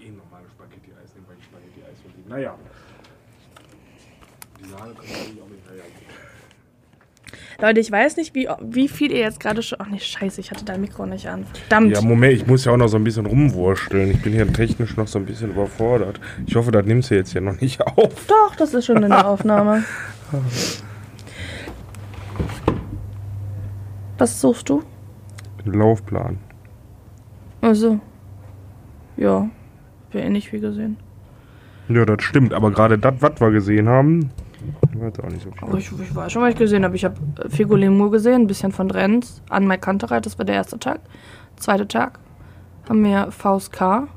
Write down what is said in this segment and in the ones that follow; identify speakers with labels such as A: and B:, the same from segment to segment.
A: eh normale Spaghetti-Eis nehmen, weil ich Spaghetti-Eis so liebe. Naja. Die Sahne können wir natürlich auch nicht. Naja, gut.
B: Leute, ich weiß nicht, wie, wie viel ihr jetzt gerade schon. Ach nee, scheiße, ich hatte dein Mikro nicht an. Verdammt.
A: Ja, Moment, ich muss ja auch noch so ein bisschen rumwursteln. Ich bin hier technisch noch so ein bisschen überfordert. Ich hoffe, das nimmst du jetzt hier noch nicht auf.
B: Doch, das ist schon in der Aufnahme. Was suchst du?
A: Laufplan.
B: Also. Ja. Hab ja eh nicht viel gesehen.
A: Ja, das stimmt, aber gerade das, was wir gesehen haben, war jetzt auch nicht so
B: Aber
A: viel.
B: ich, ich weiß schon, was ich gesehen habe. Ich äh, habe Figolimo gesehen, ein bisschen von Renz, an Mike Kantereit, das war der erste Tag. Zweiter Tag haben wir VSK,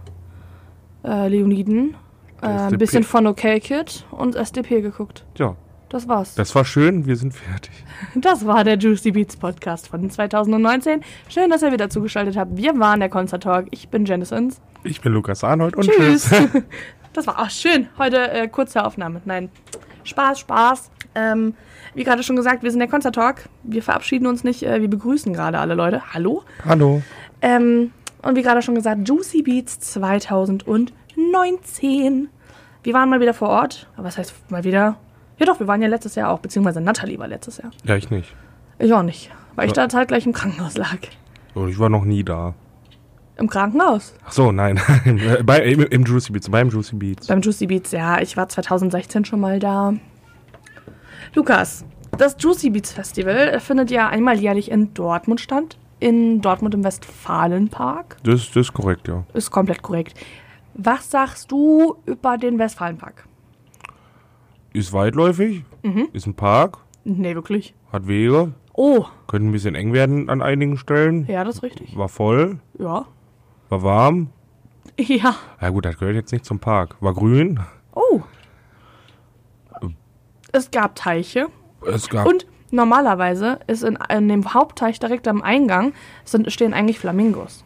B: äh, Leoniden, äh, ein
A: SDP.
B: bisschen von OK Kid und SDP geguckt.
A: Ja,
B: Das war's.
A: das war schön, wir sind fertig.
B: Das war der Juicy Beats Podcast von 2019. Schön, dass ihr wieder zugeschaltet habt. Wir waren der Concert Talk. Ich bin Jennison.
A: Ich bin Lukas Arnold und
B: Tschüss.
A: tschüss.
B: Das war auch schön. Heute äh, kurze Aufnahme. Nein, Spaß, Spaß. Ähm, wie gerade schon gesagt, wir sind der Concert Talk. Wir verabschieden uns nicht. Äh, wir begrüßen gerade alle Leute. Hallo.
A: Hallo.
B: Ähm, und wie gerade schon gesagt, Juicy Beats 2019. Wir waren mal wieder vor Ort. Aber was heißt mal wieder? Ja doch, wir waren ja letztes Jahr auch. Beziehungsweise Natalie war letztes Jahr.
A: Ja, ich nicht.
B: Ich auch nicht. Weil ich
A: Ja.
B: da halt gleich im Krankenhaus lag.
A: Und Oh, ich war noch nie da.
B: Im Krankenhaus.
A: Ach so, nein. Bei, im, Im Juicy Beats, beim Juicy Beats.
B: Beim Juicy Beats, ja. Ich war 2016 schon mal da. Lukas, das Juicy Beats Festival findet ja einmal jährlich in Dortmund statt. In Dortmund im Westfalenpark.
A: Das, das ist korrekt, ja.
B: Ist komplett korrekt. Was sagst du über den Westfalenpark?
A: Ist weitläufig,
B: Mhm.
A: ist ein Park,
B: Nee, wirklich.
A: hat Wege,
B: Oh,
A: könnte ein bisschen eng werden an einigen Stellen.
B: ja, das ist richtig.
A: War voll,
B: Ja.
A: war warm.
B: Ja.
A: Ja gut, das gehört jetzt nicht zum Park. War grün.
B: Oh. Es gab Teiche.
A: Es gab
B: Und normalerweise ist in, in dem Hauptteich direkt am Eingang sind, stehen eigentlich Flamingos.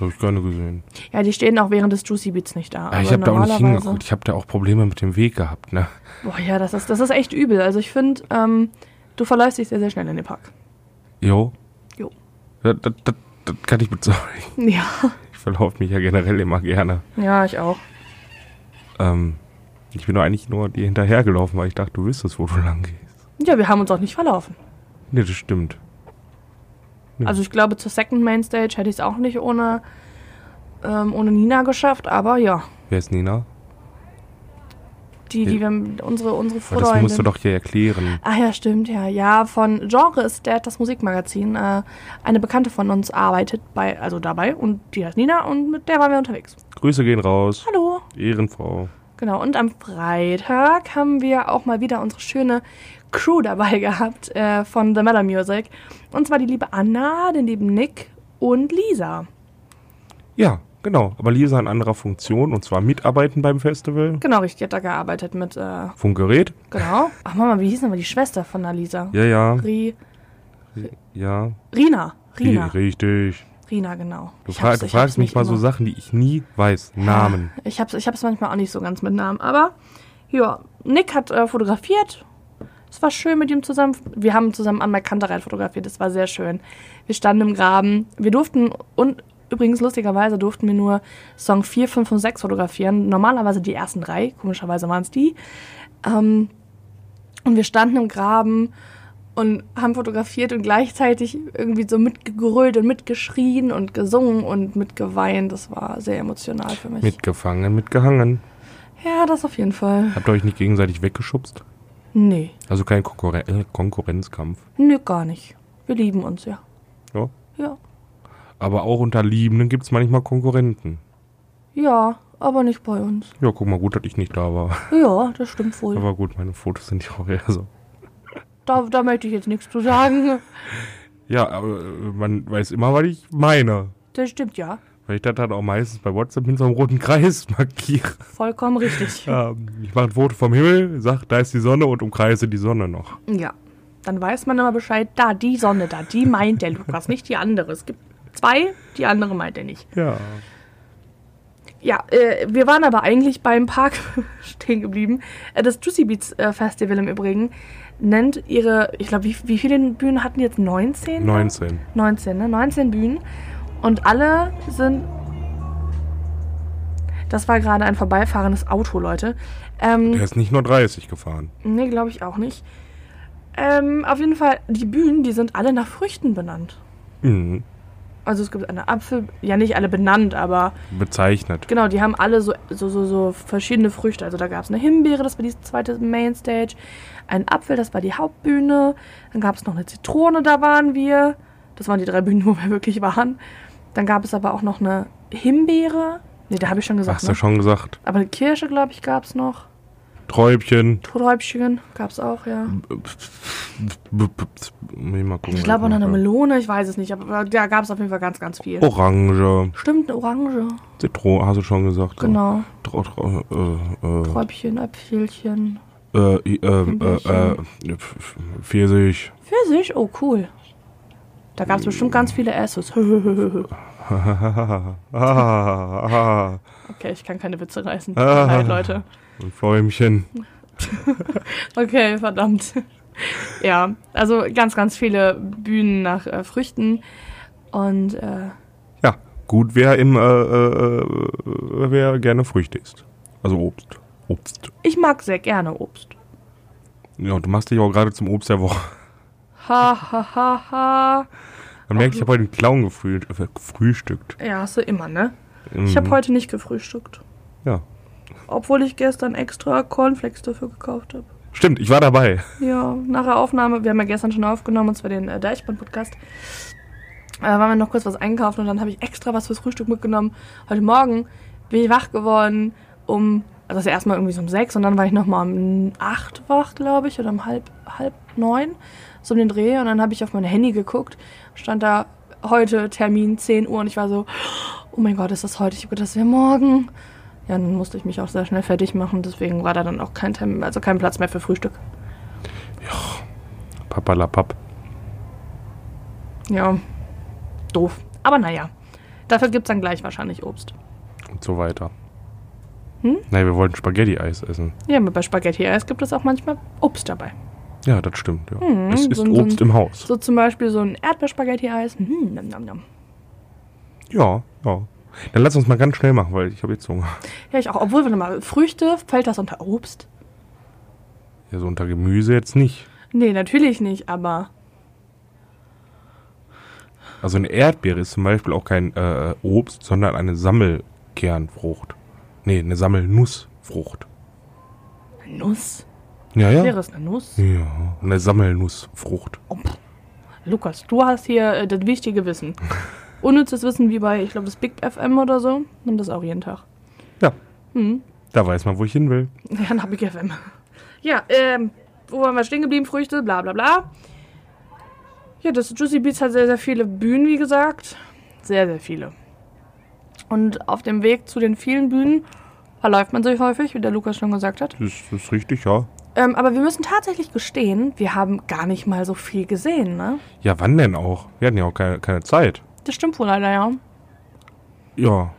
A: Habe ich gerne gesehen.
B: Ja, die stehen auch während des Juicy Beats nicht da.
A: Ja, ich habe da auch nicht hingeguckt. Ich habe da auch Probleme mit dem Weg gehabt. Ne?
B: Boah, ja, das ist, das ist echt übel. Also ich finde, ähm, du verläufst dich sehr, sehr schnell in den Park.
A: Jo.
B: Jo.
A: Das, das, das, das kann ich bezeugen.
B: Ja.
A: Ich verlaufe mich ja generell immer gerne.
B: Ja, ich auch.
A: Ähm, ich bin doch eigentlich nur dir hinterhergelaufen, weil ich dachte, du wüsstest, wo du lang gehst.
B: Ja, wir haben uns auch nicht verlaufen.
A: Nee, das stimmt. Ja.
B: Also ich glaube, zur Second Mainstage hätte ich es auch nicht ohne, ähm, ohne Nina geschafft, aber ja.
A: Wer ist Nina?
B: Die, die wir, unsere, unsere
A: Weil das musst du
B: Freundin.
A: doch hier erklären.
B: Ah ja, stimmt, ja. Ja, von Genre ist der das Musikmagazin. Äh, eine Bekannte von uns arbeitet bei, also dabei und die heißt Nina und mit der waren wir unterwegs.
A: Grüße gehen raus.
B: Hallo.
A: Ehrenfrau.
B: Genau, und am Freitag haben wir auch mal wieder unsere schöne Crew dabei gehabt äh, von The Metal Music. Und zwar die liebe Anna, den lieben Nick und Lisa.
A: Ja, genau. Aber Lisa in anderer Funktion und zwar mitarbeiten beim Festival.
B: Genau, richtig, die hat da gearbeitet mit, äh,
A: Funkgerät.
B: genau. Ach Mama, wie hieß denn mal die Schwester von der Lisa?
A: Ja, ja.
B: Ri
A: Ja.
B: Rina.
A: Die,
B: Rina.
A: richtig.
B: Rina, genau.
A: Du,
B: Ich
A: fra
B: hab's-
A: du
B: ich hab's
A: fragst mich
B: nicht
A: mal so
B: immer. Ah.
A: Sachen, die ich nie weiß. Namen.
B: Ich hab's, ich hab's manchmal auch nicht so ganz mit Namen, aber ja, Nick hat äh, fotografiert. Es war schön mit ihm zusammen. Wir haben zusammen an Kantereit fotografiert. Es war sehr schön. Wir standen im Graben. Wir durften und übrigens lustigerweise durften wir nur Song 4, 5 und 6 fotografieren. Normalerweise die ersten drei. Komischerweise waren es die. Ähm, und wir standen im Graben und haben fotografiert und gleichzeitig irgendwie so mitgegrölt und mitgeschrien und gesungen und mitgeweint. Das war sehr emotional für mich.
A: Mitgefangen, mitgehangen.
B: Ja, das auf jeden Fall.
A: Habt ihr euch nicht gegenseitig weggeschubst?
B: Nee,
A: Also kein Konkurren äh, Konkurrenzkampf.
B: nee, gar nicht. Wir lieben uns, ja.
A: Ja.
B: Ja,
A: Aber auch unter Liebenden gibt es manchmal Konkurrenten.
B: ja aber nicht bei uns.
A: Ja, guck mal, gut, dass ich nicht da war.
B: Ja, das stimmt wohl.
A: Aber gut, meine Fotos sind ja auch eher so.
B: Da, da möchte ich jetzt nichts zu sagen.
A: Ja, aber äh, man weiß immer, was ich meine.
B: Das stimmt, ja.
A: Weil ich das dann auch meistens bei WhatsApp mit so einem roten Kreis markiere.
B: Vollkommen richtig. Ja.
A: Ähm, ich mache ein Foto vom Himmel, sag, da ist die Sonne und umkreise die Sonne noch.
B: Dann weiß man immer Bescheid, da die Sonne, da die meint der Lukas, nicht die andere. Es gibt zwei, die andere meint er nicht.
A: Ja.
B: Ja, äh, wir waren aber eigentlich beim Park stehen geblieben. Äh, das Juicy Beats äh, Festival im Übrigen nennt ihre, ich glaube, wie, wie viele Bühnen hatten die jetzt? 19?
A: 19.
B: 19, ne? 19 Bühnen. Und alle sind. Das war gerade ein vorbeifahrendes Auto, Leute. Ähm,
A: Der ist nicht nur 30 gefahren.
B: nee, glaube ich auch nicht. Ähm, auf jeden Fall, die Bühnen, die sind alle nach Früchten benannt.
A: Mhm.
B: Also es gibt eine Apfel, ja nicht alle benannt, aber
A: Bezeichnet.
B: Genau, die haben alle so, so, so, so verschiedene Früchte. Also da gab es eine Himbeere, das war die zweite Mainstage. Ein Apfel, das war die Hauptbühne. Dann gab es noch eine Zitrone, da waren wir. Das waren die drei Bühnen, wo wir wirklich waren. Dann gab es aber auch noch eine Himbeere. Nee, da habe ich schon gesagt.
A: Hast
B: ne?
A: du schon gesagt.
B: Aber eine Kirsche, glaube ich, gab es noch.
A: Träubchen.
B: Todhäubchen gab es auch, ja.
A: Muss ich mal gucken,
B: Ich glaube auch
A: was
B: noch eine
A: mache.
B: Melone, ich weiß es nicht. Aber da gab es auf jeden Fall ganz, ganz viel.
A: Oh. Orange.
B: Stimmt, eine Orange.
A: Zitrone, hast du schon gesagt.
B: Genau.
A: Tr tr äh,
B: Träubchen, Äpfelchen.
A: äh, äh, äh, äh, äh, Pfirsich.
B: Pfirsich? Oh, cool. Da gab es
A: Mm.
B: bestimmt ganz viele Assos. okay,
A: äh, Ah, ah,
B: ich kann keine Witze reißen. Tut mir
A: Ah.
B: leid, Leute.
A: und Bäumchen.
B: Okay, verdammt. ja, also ganz, ganz viele Bühnen nach äh, Früchten. Und äh,
A: Ja, gut, wer im, äh, äh, äh, wer gerne Früchte isst. Also Obst. Obst.
B: ich mag sehr gerne Obst.
A: Ja, du machst dich auch gerade zum Obst der Woche.
B: Ha, ha, ha, ha.
A: Man merkt, ich habe heute einen Clown gefrüh äh, gefrühstückt.
B: Ja, hast du immer, ne?
A: Mhm.
B: Ich habe heute nicht gefrühstückt.
A: Ja.
B: Obwohl ich gestern extra Cornflakes dafür gekauft habe.
A: Stimmt, ich war dabei.
B: Ja, nach der Aufnahme, wir haben ja gestern schon aufgenommen, und zwar den äh, Deichbrand-Podcast, äh, waren wir noch kurz was einkaufen und dann habe ich extra was fürs Frühstück mitgenommen. Heute Morgen bin ich wach geworden um, also das erste Mal irgendwie so um sechs und dann war ich nochmal um acht wach, glaube ich, oder um halb, halb neun, so um den Dreh und dann habe ich auf mein Handy geguckt, stand da heute Termin 10 Uhr und ich war so, oh mein Gott, ist das heute? Ich habe gedacht, das wäre morgen. Ja, dann musste ich mich auch sehr schnell fertig machen, deswegen war da dann auch kein Termin, also kein Platz mehr für Frühstück.
A: Papalapap.
B: Ja, doof. Aber naja, dafür gibt's dann gleich wahrscheinlich Obst.
A: Und so weiter.
B: Hm?
A: Nein, wir wollten Spaghetti-Eis essen.
B: Ja, aber bei Spaghetti-Eis gibt es auch manchmal Obst dabei.
A: Ja, das stimmt. Ja.
B: Mhm,
A: es ist
B: so ein- so ein-
A: Obst im Haus.
B: So zum Beispiel so ein Erdbeerspaghetti-Eis. Hm, nom, nom, nom.
A: Ja, ja. Dann lass uns mal ganz schnell machen, weil ich habe jetzt Hunger.
B: Ja, ich auch. Obwohl, warte mal, Früchte, fällt das unter Obst?
A: Ja, so unter Gemüse jetzt nicht.
B: Nee, natürlich nicht, aber
A: Also eine Erdbeere ist zum Beispiel auch kein äh, Obst, sondern eine Sammelkernfrucht. Nee, eine Sammelnussfrucht.
B: eine Nuss.
A: Ja,
B: Wäre
A: ja.
B: es eine Nuss?
A: Ja, eine Sammelnussfrucht.
B: Lukas, du hast hier äh, das wichtige Wissen. Unnützes Wissen wie bei, ich glaube, das Big FM oder so. Nimm das auch jeden Tag.
A: Ja,
B: Hm,
A: da weiß man, wo ich hin will.
B: ja, na, Big FM. Ja, ähm, wo waren wir stehen geblieben? Früchte, bla bla bla. Ja, das Juicy Beats hat sehr, sehr viele Bühnen, wie gesagt. Sehr, sehr viele. Und auf dem Weg zu den vielen Bühnen verläuft man sich häufig, wie der Lukas schon gesagt hat.
A: Das ist, das ist richtig, ja.
B: Ähm, aber wir müssen tatsächlich gestehen, wir haben gar nicht mal so viel gesehen, ne?
A: Ja, wann denn auch? Wir hatten ja auch keine, keine Zeit.
B: Das stimmt wohl leider, ja.
A: Ja.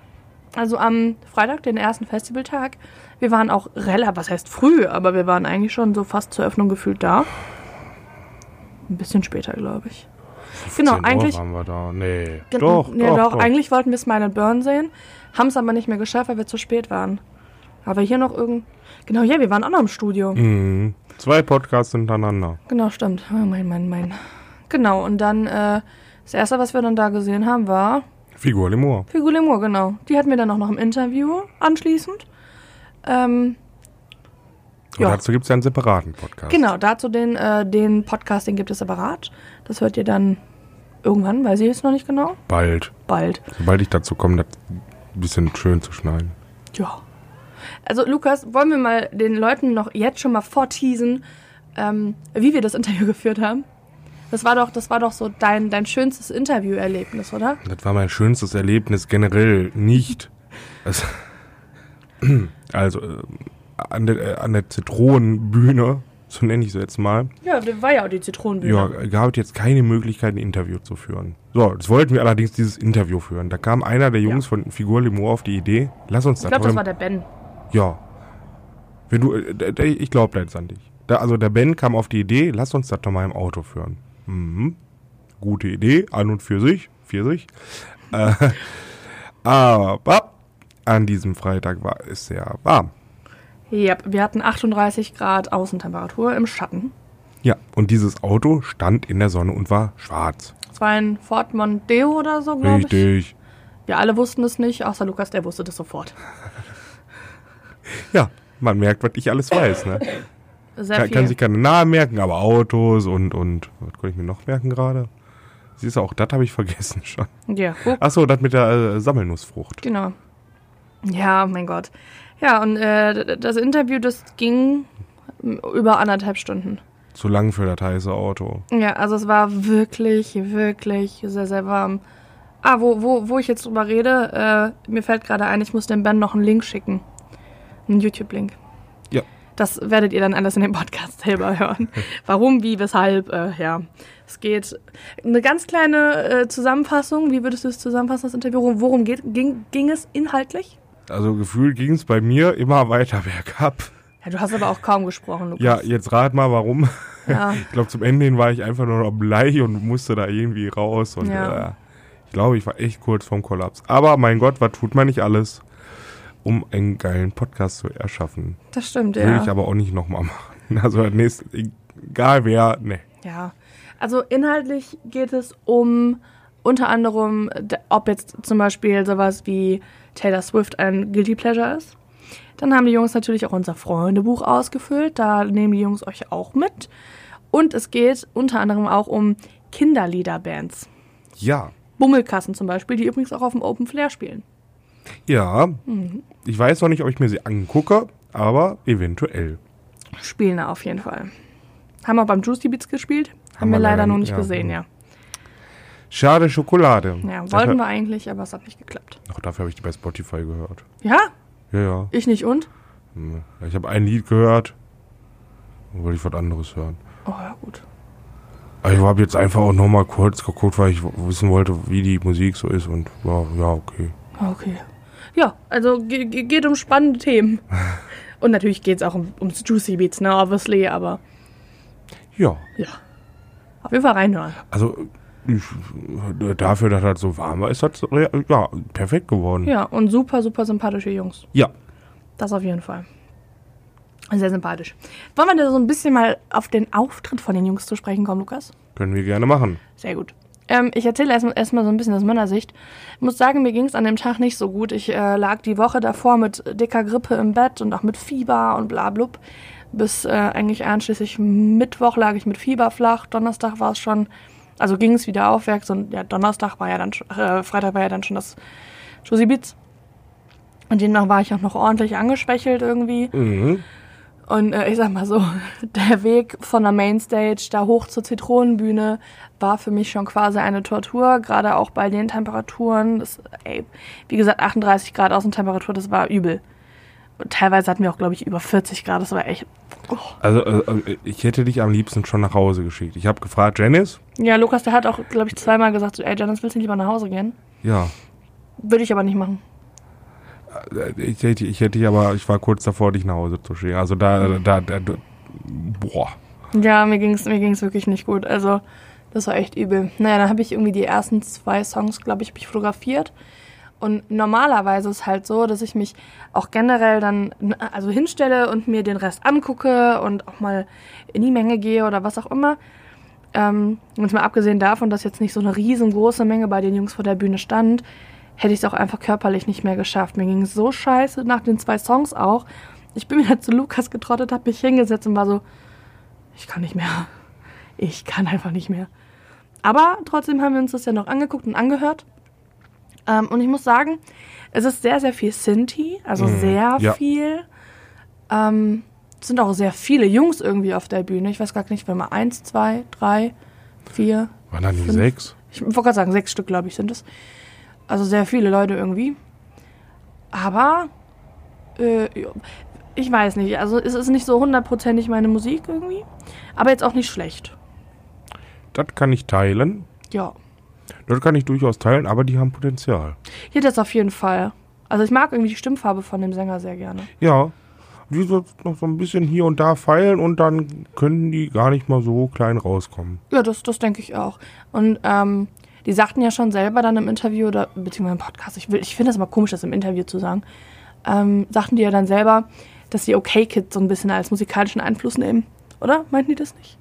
B: Also am Freitag, den ersten Festivaltag, wir waren auch relativ, was heißt früh, aber wir waren eigentlich schon so fast zur Öffnung gefühlt da. Ein bisschen später, glaube ich.
A: 15
B: Genau,
A: Uhr
B: eigentlich-
A: waren wir da. Nee.
B: Gen-
A: Doch,
B: ja,
A: doch,
B: doch,
A: doch.
B: Eigentlich wollten wir Smile and Burn sehen, haben es aber nicht mehr geschafft, weil wir zu spät waren. Aber hier noch irgend. Genau, ja, wir waren auch noch im Studio.
A: Mhm. Zwei Podcasts hintereinander.
B: Genau, stimmt. Ah, Mein, mein, mein. Genau, und dann, äh, das erste, was wir dann da gesehen haben, war
A: Figur Limor.
B: Figur Lemur, genau. Die hatten wir dann auch noch im Interview anschließend. Ähm,
A: Und
B: Ja.
A: dazu gibt es ja einen separaten Podcast.
B: Genau, dazu den, äh, den Podcast, den gibt es separat. Das hört ihr dann irgendwann, weiß ich es noch nicht genau.
A: Bald.
B: Bald.
A: Sobald ich dazu komme, das ein bisschen schön zu schneiden.
B: Ja. Also Lukas, wollen wir mal den Leuten noch jetzt schon mal vorteasen, ähm, wie wir das Interview geführt haben? Das war doch, das war doch so dein, dein schönstes Interviewerlebnis, oder?
A: Das war mein schönstes Erlebnis generell nicht. Also, also äh, an, der, äh, an der Zitronenbühne, so nenne ich sie jetzt mal,
B: Ja, das war ja auch die Zitronenbühne.
A: ja, gab es jetzt keine Möglichkeit, ein Interview zu führen. So, das wollten wir allerdings dieses Interview führen. Da kam einer der Jungs von Figur Limo auf die Idee, lass uns doch
B: ich glaube, das
A: im-
B: war der Ben.
A: Ja. Wenn du, äh, der- der- ich glaube da jetzt an dich. Da, also der Ben kam auf die Idee, lass uns das doch mal im Auto führen. Mhm. Gute Idee, an und für sich, für sich. Äh, aber an diesem Freitag war es sehr warm.
B: Ja, wir hatten 38 Grad Außentemperatur im Schatten.
A: Ja, und dieses Auto stand in der Sonne und war schwarz.
B: Es war ein Ford Mondeo oder so, glaube ich.
A: Richtig.
B: Wir alle wussten es nicht, außer Lukas, der wusste das sofort.
A: Ja, man merkt, was ich alles weiß. Ne?
B: Sehr
A: Kann,
B: viel.
A: kann sich keine Namen merken, aber Autos und, und, was konnte ich mir noch merken gerade? Siehst du, auch das habe ich vergessen schon.
B: ja, guck,
A: Achso, das mit der äh, Sammelnussfrucht.
B: genau. Ja, mein Gott. Ja, und äh, das Interview, das ging über anderthalb Stunden.
A: Zu lang für das heiße Auto.
B: Ja, also es war wirklich, wirklich sehr, sehr warm. Ah, wo, wo, wo ich jetzt drüber rede, äh, mir fällt gerade ein, ich muss dem Ben noch einen Link schicken. Einen YouTube-Link.
A: Ja.
B: Das werdet ihr dann alles in dem Podcast selber hören. Warum, wie, weshalb, äh, ja. Es geht eine ganz kleine äh, Zusammenfassung. Wie würdest du es zusammenfassen, das Interview? Worum- Worum geht, ging, ging es inhaltlich?
A: Also gefühlt ging es bei mir immer weiter bergab.
B: Ja, du hast aber auch kaum gesprochen, Lukas.
A: Ja, jetzt rat mal, warum.
B: Ja.
A: Ich glaube, zum Ende hin war ich einfach nur noch bleich und musste da irgendwie raus. Und
B: Ja.
A: äh, ich glaube, ich war echt kurz vorm Kollaps. Aber mein Gott, was tut man nicht alles, um einen geilen Podcast zu erschaffen?
B: Das stimmt, ja.
A: Würde ich aber auch nicht nochmal machen. Also das nächste, egal wer, ne.
B: Ja, also inhaltlich geht es um unter anderem, d- ob jetzt zum Beispiel sowas wie Taylor Swift ein Guilty Pleasure ist. Dann haben die Jungs natürlich auch unser Freundebuch ausgefüllt. Da nehmen die Jungs euch auch mit. Und es geht unter anderem auch um Kinderliederbands.
A: Ja.
B: Bummelkassen zum Beispiel, die übrigens auch auf dem Open Flair spielen.
A: Ja.
B: Mhm.
A: Ich weiß noch nicht, ob ich mir sie angucke, aber eventuell.
B: Spielen da auf jeden Fall. Haben wir beim Juicy Beats gespielt? Haben,
A: Haben
B: wir
A: wir
B: leider
A: leider
B: noch
A: n-
B: nicht
A: ja.
B: gesehen, ja.
A: Schade Schokolade.
B: Ja,
A: Dafür-
B: wollten wir eigentlich, aber es hat nicht geklappt.
A: Ach, dafür habe ich die bei Spotify gehört.
B: Ja,
A: Ja, ja.
B: ich nicht und?
A: Hm. Ich habe ein Lied gehört. Dann wollte ich was anderes hören.
B: Oh, ja, gut.
A: Aber ich habe jetzt einfach auch nochmal kurz geguckt, weil ich w- wissen wollte, wie die Musik so ist und ja, ja, okay.
B: Okay. Ja, also ge ge geht um spannende Themen. Und natürlich geht es auch um, ums Juicy Beats, ne, obviously, aber
A: Ja.
B: ja. Auf jeden Fall reinhören.
A: Also ich, dafür, dass das so warm war, ist das re- ja, perfekt geworden.
B: Ja, und super, super sympathische Jungs.
A: ja.
B: Das auf jeden Fall. Sehr sympathisch. Wollen wir da so ein bisschen mal auf den Auftritt von den Jungs zu sprechen kommen, Lukas?
A: Können wir gerne machen.
B: Sehr gut. Ähm, ich erzähle erstmal erst mal so ein bisschen aus meiner Sicht. Ich muss sagen, mir ging es an dem Tag nicht so gut. Ich äh, lag die Woche davor mit dicker Grippe im Bett und auch mit Fieber und bla blub. Bis äh, eigentlich einschließlich Mittwoch lag ich mit Fieber flach. Donnerstag war es schon, also ging es wieder aufwärts. Und ja, Donnerstag war ja dann, schon- äh, Freitag war ja dann schon das Josie Beats. Und demnach war ich auch noch ordentlich angeschwächelt irgendwie.
A: Mhm.
B: Und äh, ich sag mal so, der Weg von der Mainstage da hoch zur Zitronenbühne war für mich schon quasi eine Tortur, gerade auch bei den Temperaturen. Das, ey, wie gesagt, 38 Grad Außentemperatur, das war übel. Und teilweise hatten wir auch, glaube ich, über 40 Grad, das war echt. Oh.
A: Also äh, ich hätte dich am liebsten schon nach Hause geschickt. Ich habe gefragt, Janice?
B: Ja, Lukas, der hat auch, glaube ich, zweimal gesagt, so, ey, Janis, willst du nicht lieber nach Hause gehen?
A: Ja.
B: Würde ich aber nicht machen.
A: Äh, Ich hätte, ich hätte dich aber, ich war kurz davor, dich nach Hause zu schicken. Also da,
B: Mhm.
A: da, da, da boah.
B: Ja, mir ging's mir ging's wirklich nicht gut. Also, das war echt übel. Naja, dann habe ich irgendwie die ersten zwei Songs, glaube ich, hab ich fotografiert. Und normalerweise ist halt so, dass ich mich auch generell dann n- also hinstelle und mir den Rest angucke und auch mal in die Menge gehe oder was auch immer. Ähm, und mal abgesehen davon, dass jetzt nicht so eine riesengroße Menge bei den Jungs vor der Bühne stand, hätte ich es auch einfach körperlich nicht mehr geschafft. Mir ging es so scheiße nach den zwei Songs auch. Ich bin wieder zu Lukas getrottet, habe mich hingesetzt und war so, ich kann nicht mehr. Ich kann einfach nicht mehr. Aber trotzdem haben wir uns das ja noch angeguckt und angehört. Ähm, und ich muss sagen, es ist sehr, sehr viel Sinti, also
A: Mhm,
B: sehr
A: ja.
B: viel. Ähm, es sind auch sehr viele Jungs irgendwie auf der Bühne. Ich weiß gar nicht, wenn mal eins, zwei, drei, vier,
A: Waren da nicht
B: Fünf.
A: sechs?
B: ich wollte gerade sagen, sechs Stück, glaube ich, sind es. Also sehr viele Leute irgendwie. Aber äh, ja, ich weiß nicht. Also es ist nicht so hundertprozentig meine Musik irgendwie. Aber jetzt auch nicht schlecht.
A: Das kann ich teilen.
B: Ja.
A: Das kann ich durchaus teilen, aber die haben Potenzial.
B: Hier das auf jeden Fall. Also ich mag irgendwie die Stimmfarbe von dem Sänger sehr gerne.
A: Ja. Die so noch so ein bisschen hier und da feilen und dann können die gar nicht mal so klein rauskommen.
B: Ja, das, das denke ich auch. Und ähm, Die sagten ja schon selber dann im Interview oder beziehungsweise im Podcast, ich, will- ich finde das immer komisch, das im Interview zu sagen, ähm, sagten die ja dann selber, dass sie Okay Kid so ein bisschen als musikalischen Einfluss nehmen. Oder? Meinten die das nicht?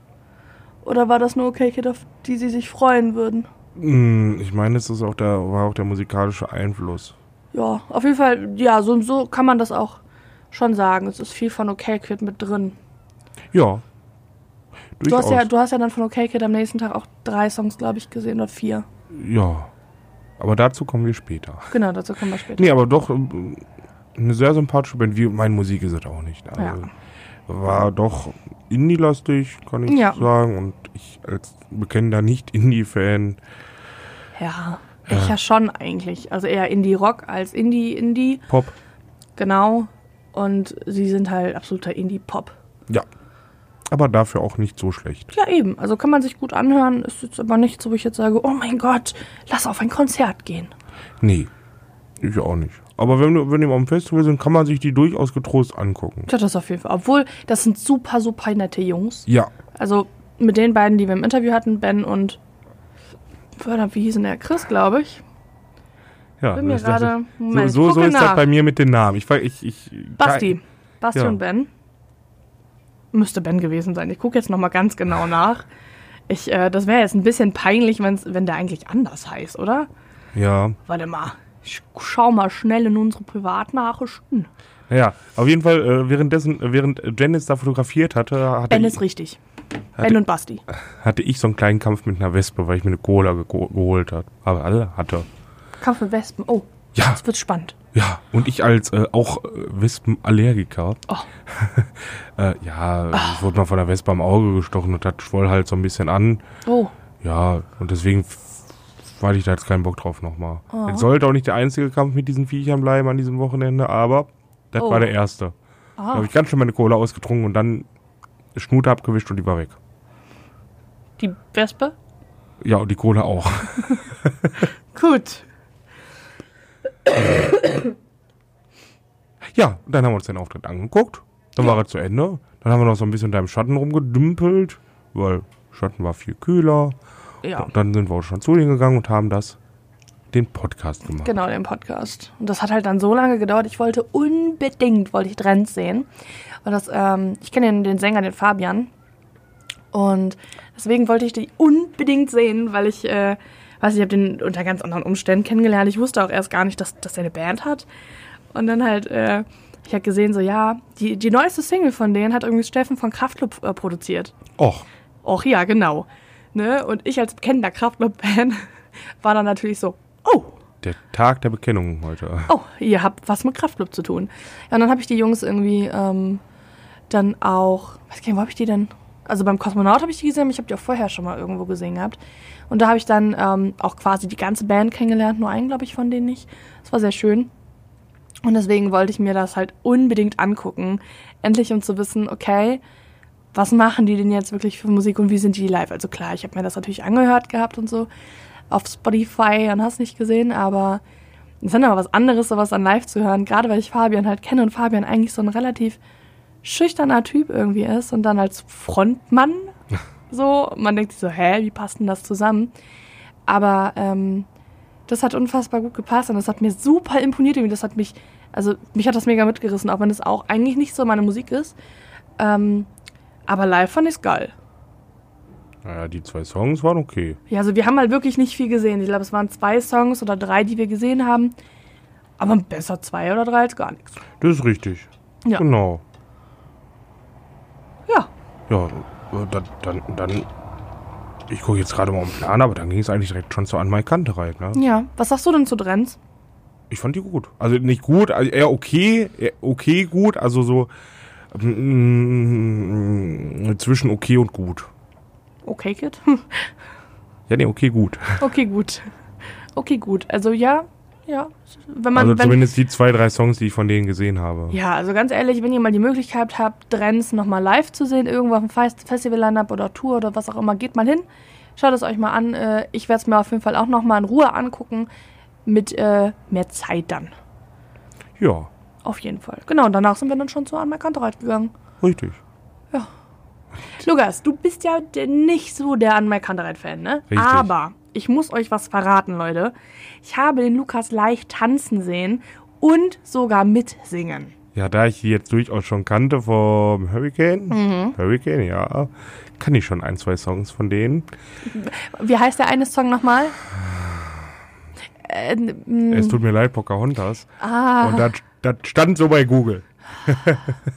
B: Oder war das nur Okay Kid, auf die sie sich freuen würden? Mhm.
A: Mm, Ich meine, es ist auch der, war auch der musikalische Einfluss.
B: Ja, auf jeden Fall, ja, so, so kann man das auch schon sagen. Es ist viel von Okay Kid mit drin.
A: Ja.
B: Du hast, ja,
A: Durchaus.
B: du hast ja dann von Okay Kid am nächsten Tag auch drei Songs, glaube ich, gesehen oder vier.
A: ja. Aber dazu kommen wir später.
B: Genau, dazu kommen wir später.
A: Nee, aber doch ähm, eine sehr sympathische Band. Wie meine Musik ist es auch nicht. Also,
B: Ja.
A: War doch Indie-lastig, kann ich
B: Ja.
A: sagen. Und ich als bekennender Nicht-Indie-Fan
B: Ja, ich ja schon eigentlich. Also eher Indie-Rock als Indie-Indie,
A: Pop.
B: genau. Und sie sind halt absoluter Indie-Pop.
A: Ja. Aber dafür auch nicht so schlecht.
B: Ja, eben. Also kann man sich gut anhören. Ist jetzt aber nichts, wo ich jetzt sage, oh mein Gott, lass auf ein Konzert gehen.
A: Nee. Ich auch nicht. Aber wenn, du- wenn wir auf dem Festival sind, kann man sich die durchaus getrost angucken.
B: Ja, das auf jeden Fall. Obwohl, das sind super, super nette Jungs.
A: Ja.
B: Also mit den beiden, die wir im Interview hatten, Ben und Förder, wie hieß denn der? Chris, glaube ich.
A: Ja,
B: Bin mir
A: das- das-
B: gerade-
A: so,
B: Moment,
A: so, so
B: gucke
A: ist das
B: nach.
A: bei mir mit den Namen. Ich, ver- ich, ich,
B: Basti. Basti
A: Ja.
B: und Ben. Müsste Ben gewesen sein. Ich gucke jetzt nochmal ganz genau nach. Ich, äh, das wäre jetzt ein bisschen peinlich, wenn's, wenn der eigentlich anders heißt, oder?
A: Ja.
B: Warte mal. Ich schau mal schnell in unsere Privatnachrichten.
A: Ja, auf jeden Fall, äh, währenddessen, äh, während Janice da fotografiert hatte, hatte,
B: Ben
A: ich,
B: ist richtig. Ben und Basti.
A: hatte ich so einen kleinen Kampf mit einer Wespe, weil ich mir eine Cola ge geholt habe. Aber alle hatte.
B: Kampf mit Wespen. Oh,
A: Ja,
B: das wird spannend.
A: ja. Und ich als äh, auch äh, Wespenallergiker.
B: Oh. Ah.
A: äh, ja, ich wurde mal von der Wespe am Auge gestochen und das schwoll halt so ein bisschen an.
B: Oh,
A: Ja, und deswegen f- hatte ich da jetzt keinen Bock drauf nochmal.
B: Oh.
A: Es sollte auch nicht der einzige Kampf mit diesen Viechern bleiben an diesem Wochenende, aber das
B: Oh.
A: war der erste. Da
B: ah,
A: habe ich ganz schön meine Cola ausgetrunken und dann Schnute abgewischt und die war weg.
B: die Wespe?
A: Ja, und die Cola auch.
B: Gut.
A: Ja, und dann haben wir uns den Auftritt angeguckt. Dann war er zu Ende. Dann haben wir noch so ein bisschen da im Schatten rumgedümpelt, weil Schatten war viel kühler.
B: Ja,
A: Und dann sind wir auch schon zu denen gegangen und haben das, den Podcast gemacht.
B: genau, den Podcast. Und das hat halt dann so lange gedauert. Ich wollte unbedingt, wollte ich Trends sehen. Und das, ähm, ich kenne den, den Sänger, den Fabian. Und deswegen wollte ich die unbedingt sehen, weil ich, äh, weiß ich, habe den unter ganz anderen Umständen kennengelernt. Ich wusste auch erst gar nicht, dass, dass er eine Band hat. Und dann halt, äh, ich habe gesehen, so, ja, die, die neueste Single von denen hat irgendwie Steffen von Kraftklub äh, produziert.
A: Och,
B: Och ja, genau. Ne? Und ich als bekennender Kraftclub-Fan war dann natürlich so, oh,
A: der Tag der Bekennung heute.
B: oh, ihr habt was mit Kraftclub zu tun. Ja, und dann habe ich die Jungs irgendwie ähm, dann auch, weiß gar nicht, wo habe ich die denn? Also beim Kosmonaut habe ich die gesehen, aber ich habe die auch vorher schon mal irgendwo gesehen gehabt. Und da habe ich dann ähm, auch quasi die ganze Band kennengelernt, nur einen, glaube ich, von denen nicht. Das war sehr schön. Und deswegen wollte ich mir das halt unbedingt angucken. Endlich, um zu wissen, okay, was machen die denn jetzt wirklich für Musik und wie sind die live? Also klar, ich habe mir das natürlich angehört gehabt und so auf Spotify und hast nicht gesehen, aber es ist dann aber was anderes, sowas dann live zu hören, gerade weil ich Fabian halt kenne und Fabian eigentlich so ein relativ schüchterner Typ irgendwie ist und dann als Frontmann so, man denkt sich so, hä, wie passt denn das zusammen? Aber ähm, das hat unfassbar gut gepasst und das hat mir super imponiert. irgendwie. Das hat mich, also mich hat das mega mitgerissen, auch wenn es auch eigentlich nicht so meine Musik ist. Ähm, aber live fand ich's geil.
A: Naja, die zwei Songs waren okay.
B: Ja, also wir haben halt wirklich nicht viel gesehen. Ich glaube, es waren zwei Songs oder drei, die wir gesehen haben. Aber besser zwei oder drei als gar nichts.
A: Das ist richtig.
B: Ja.
A: Genau.
B: Ja,
A: Ja, äh, dann, dann, dann ich gucke jetzt gerade mal am Plan, aber dann ging es eigentlich direkt schon zur Anmai Kante rein, ne?
B: ja. Was sagst du denn zu Trends?
A: Ich fand die gut. Also nicht gut, also eher okay, eher okay gut, also so mm, zwischen okay und gut.
B: Okay, Kid.
A: Ja, nee, okay gut.
B: okay, gut. Okay, gut. Also ja, ja. Wenn man,
A: Also
B: wenn,
A: zumindest die zwei, drei Songs, die ich von denen gesehen habe.
B: Ja, also ganz ehrlich, wenn ihr mal die Möglichkeit habt, Trends nochmal live zu sehen, irgendwo auf dem Fest- Festival-Lineup oder Tour oder was auch immer, geht mal hin. Schaut es euch mal an. Äh, Ich werde es mir auf jeden Fall auch nochmal in Ruhe angucken. Mit äh, mehr Zeit dann.
A: Ja,
B: Auf jeden Fall. Genau, und danach sind wir dann schon zu Anna Kantereit gegangen.
A: richtig.
B: Lukas, du bist ja der- nicht so der Anna Kantereit-Fan, ne?
A: Richtig.
B: Aber ich muss euch was verraten, Leute. Ich habe den Lukas leicht tanzen sehen und sogar mitsingen.
A: Ja, da ich die jetzt durchaus schon kannte vom Hurricane,
B: Mhm.
A: Hurricane, ja, kann ich schon ein, zwei Songs von denen.
B: Wie heißt der eine Song nochmal? Äh, m-
A: Es tut mir leid, Pocahontas.
B: ah,
A: Und das, das stand so bei Google.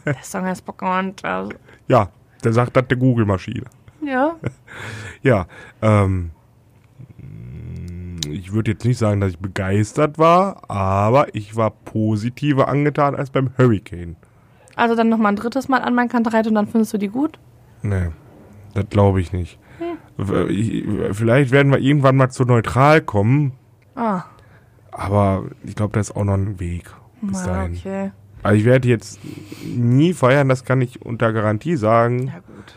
B: der Song heißt Pocahontas.
A: Ja, da sagt das der Google-Maschine.
B: Ja,
A: Ja, ähm, ich würde jetzt nicht sagen, dass ich begeistert war, aber ich war positiver angetan als beim Hurricane.
B: also dann nochmal ein drittes Mal an mein Kantereit und dann findest du die gut?
A: Nee, das glaube ich nicht.
B: Hm.
A: W- ich- Vielleicht werden wir irgendwann mal zu neutral kommen,
B: Ah,
A: aber ich glaube, da ist auch noch ein Weg bis
B: na,
A: dahin.
B: Ah, okay.
A: Also ich werde jetzt nie feiern, das kann ich unter Garantie sagen,
B: Ja, gut.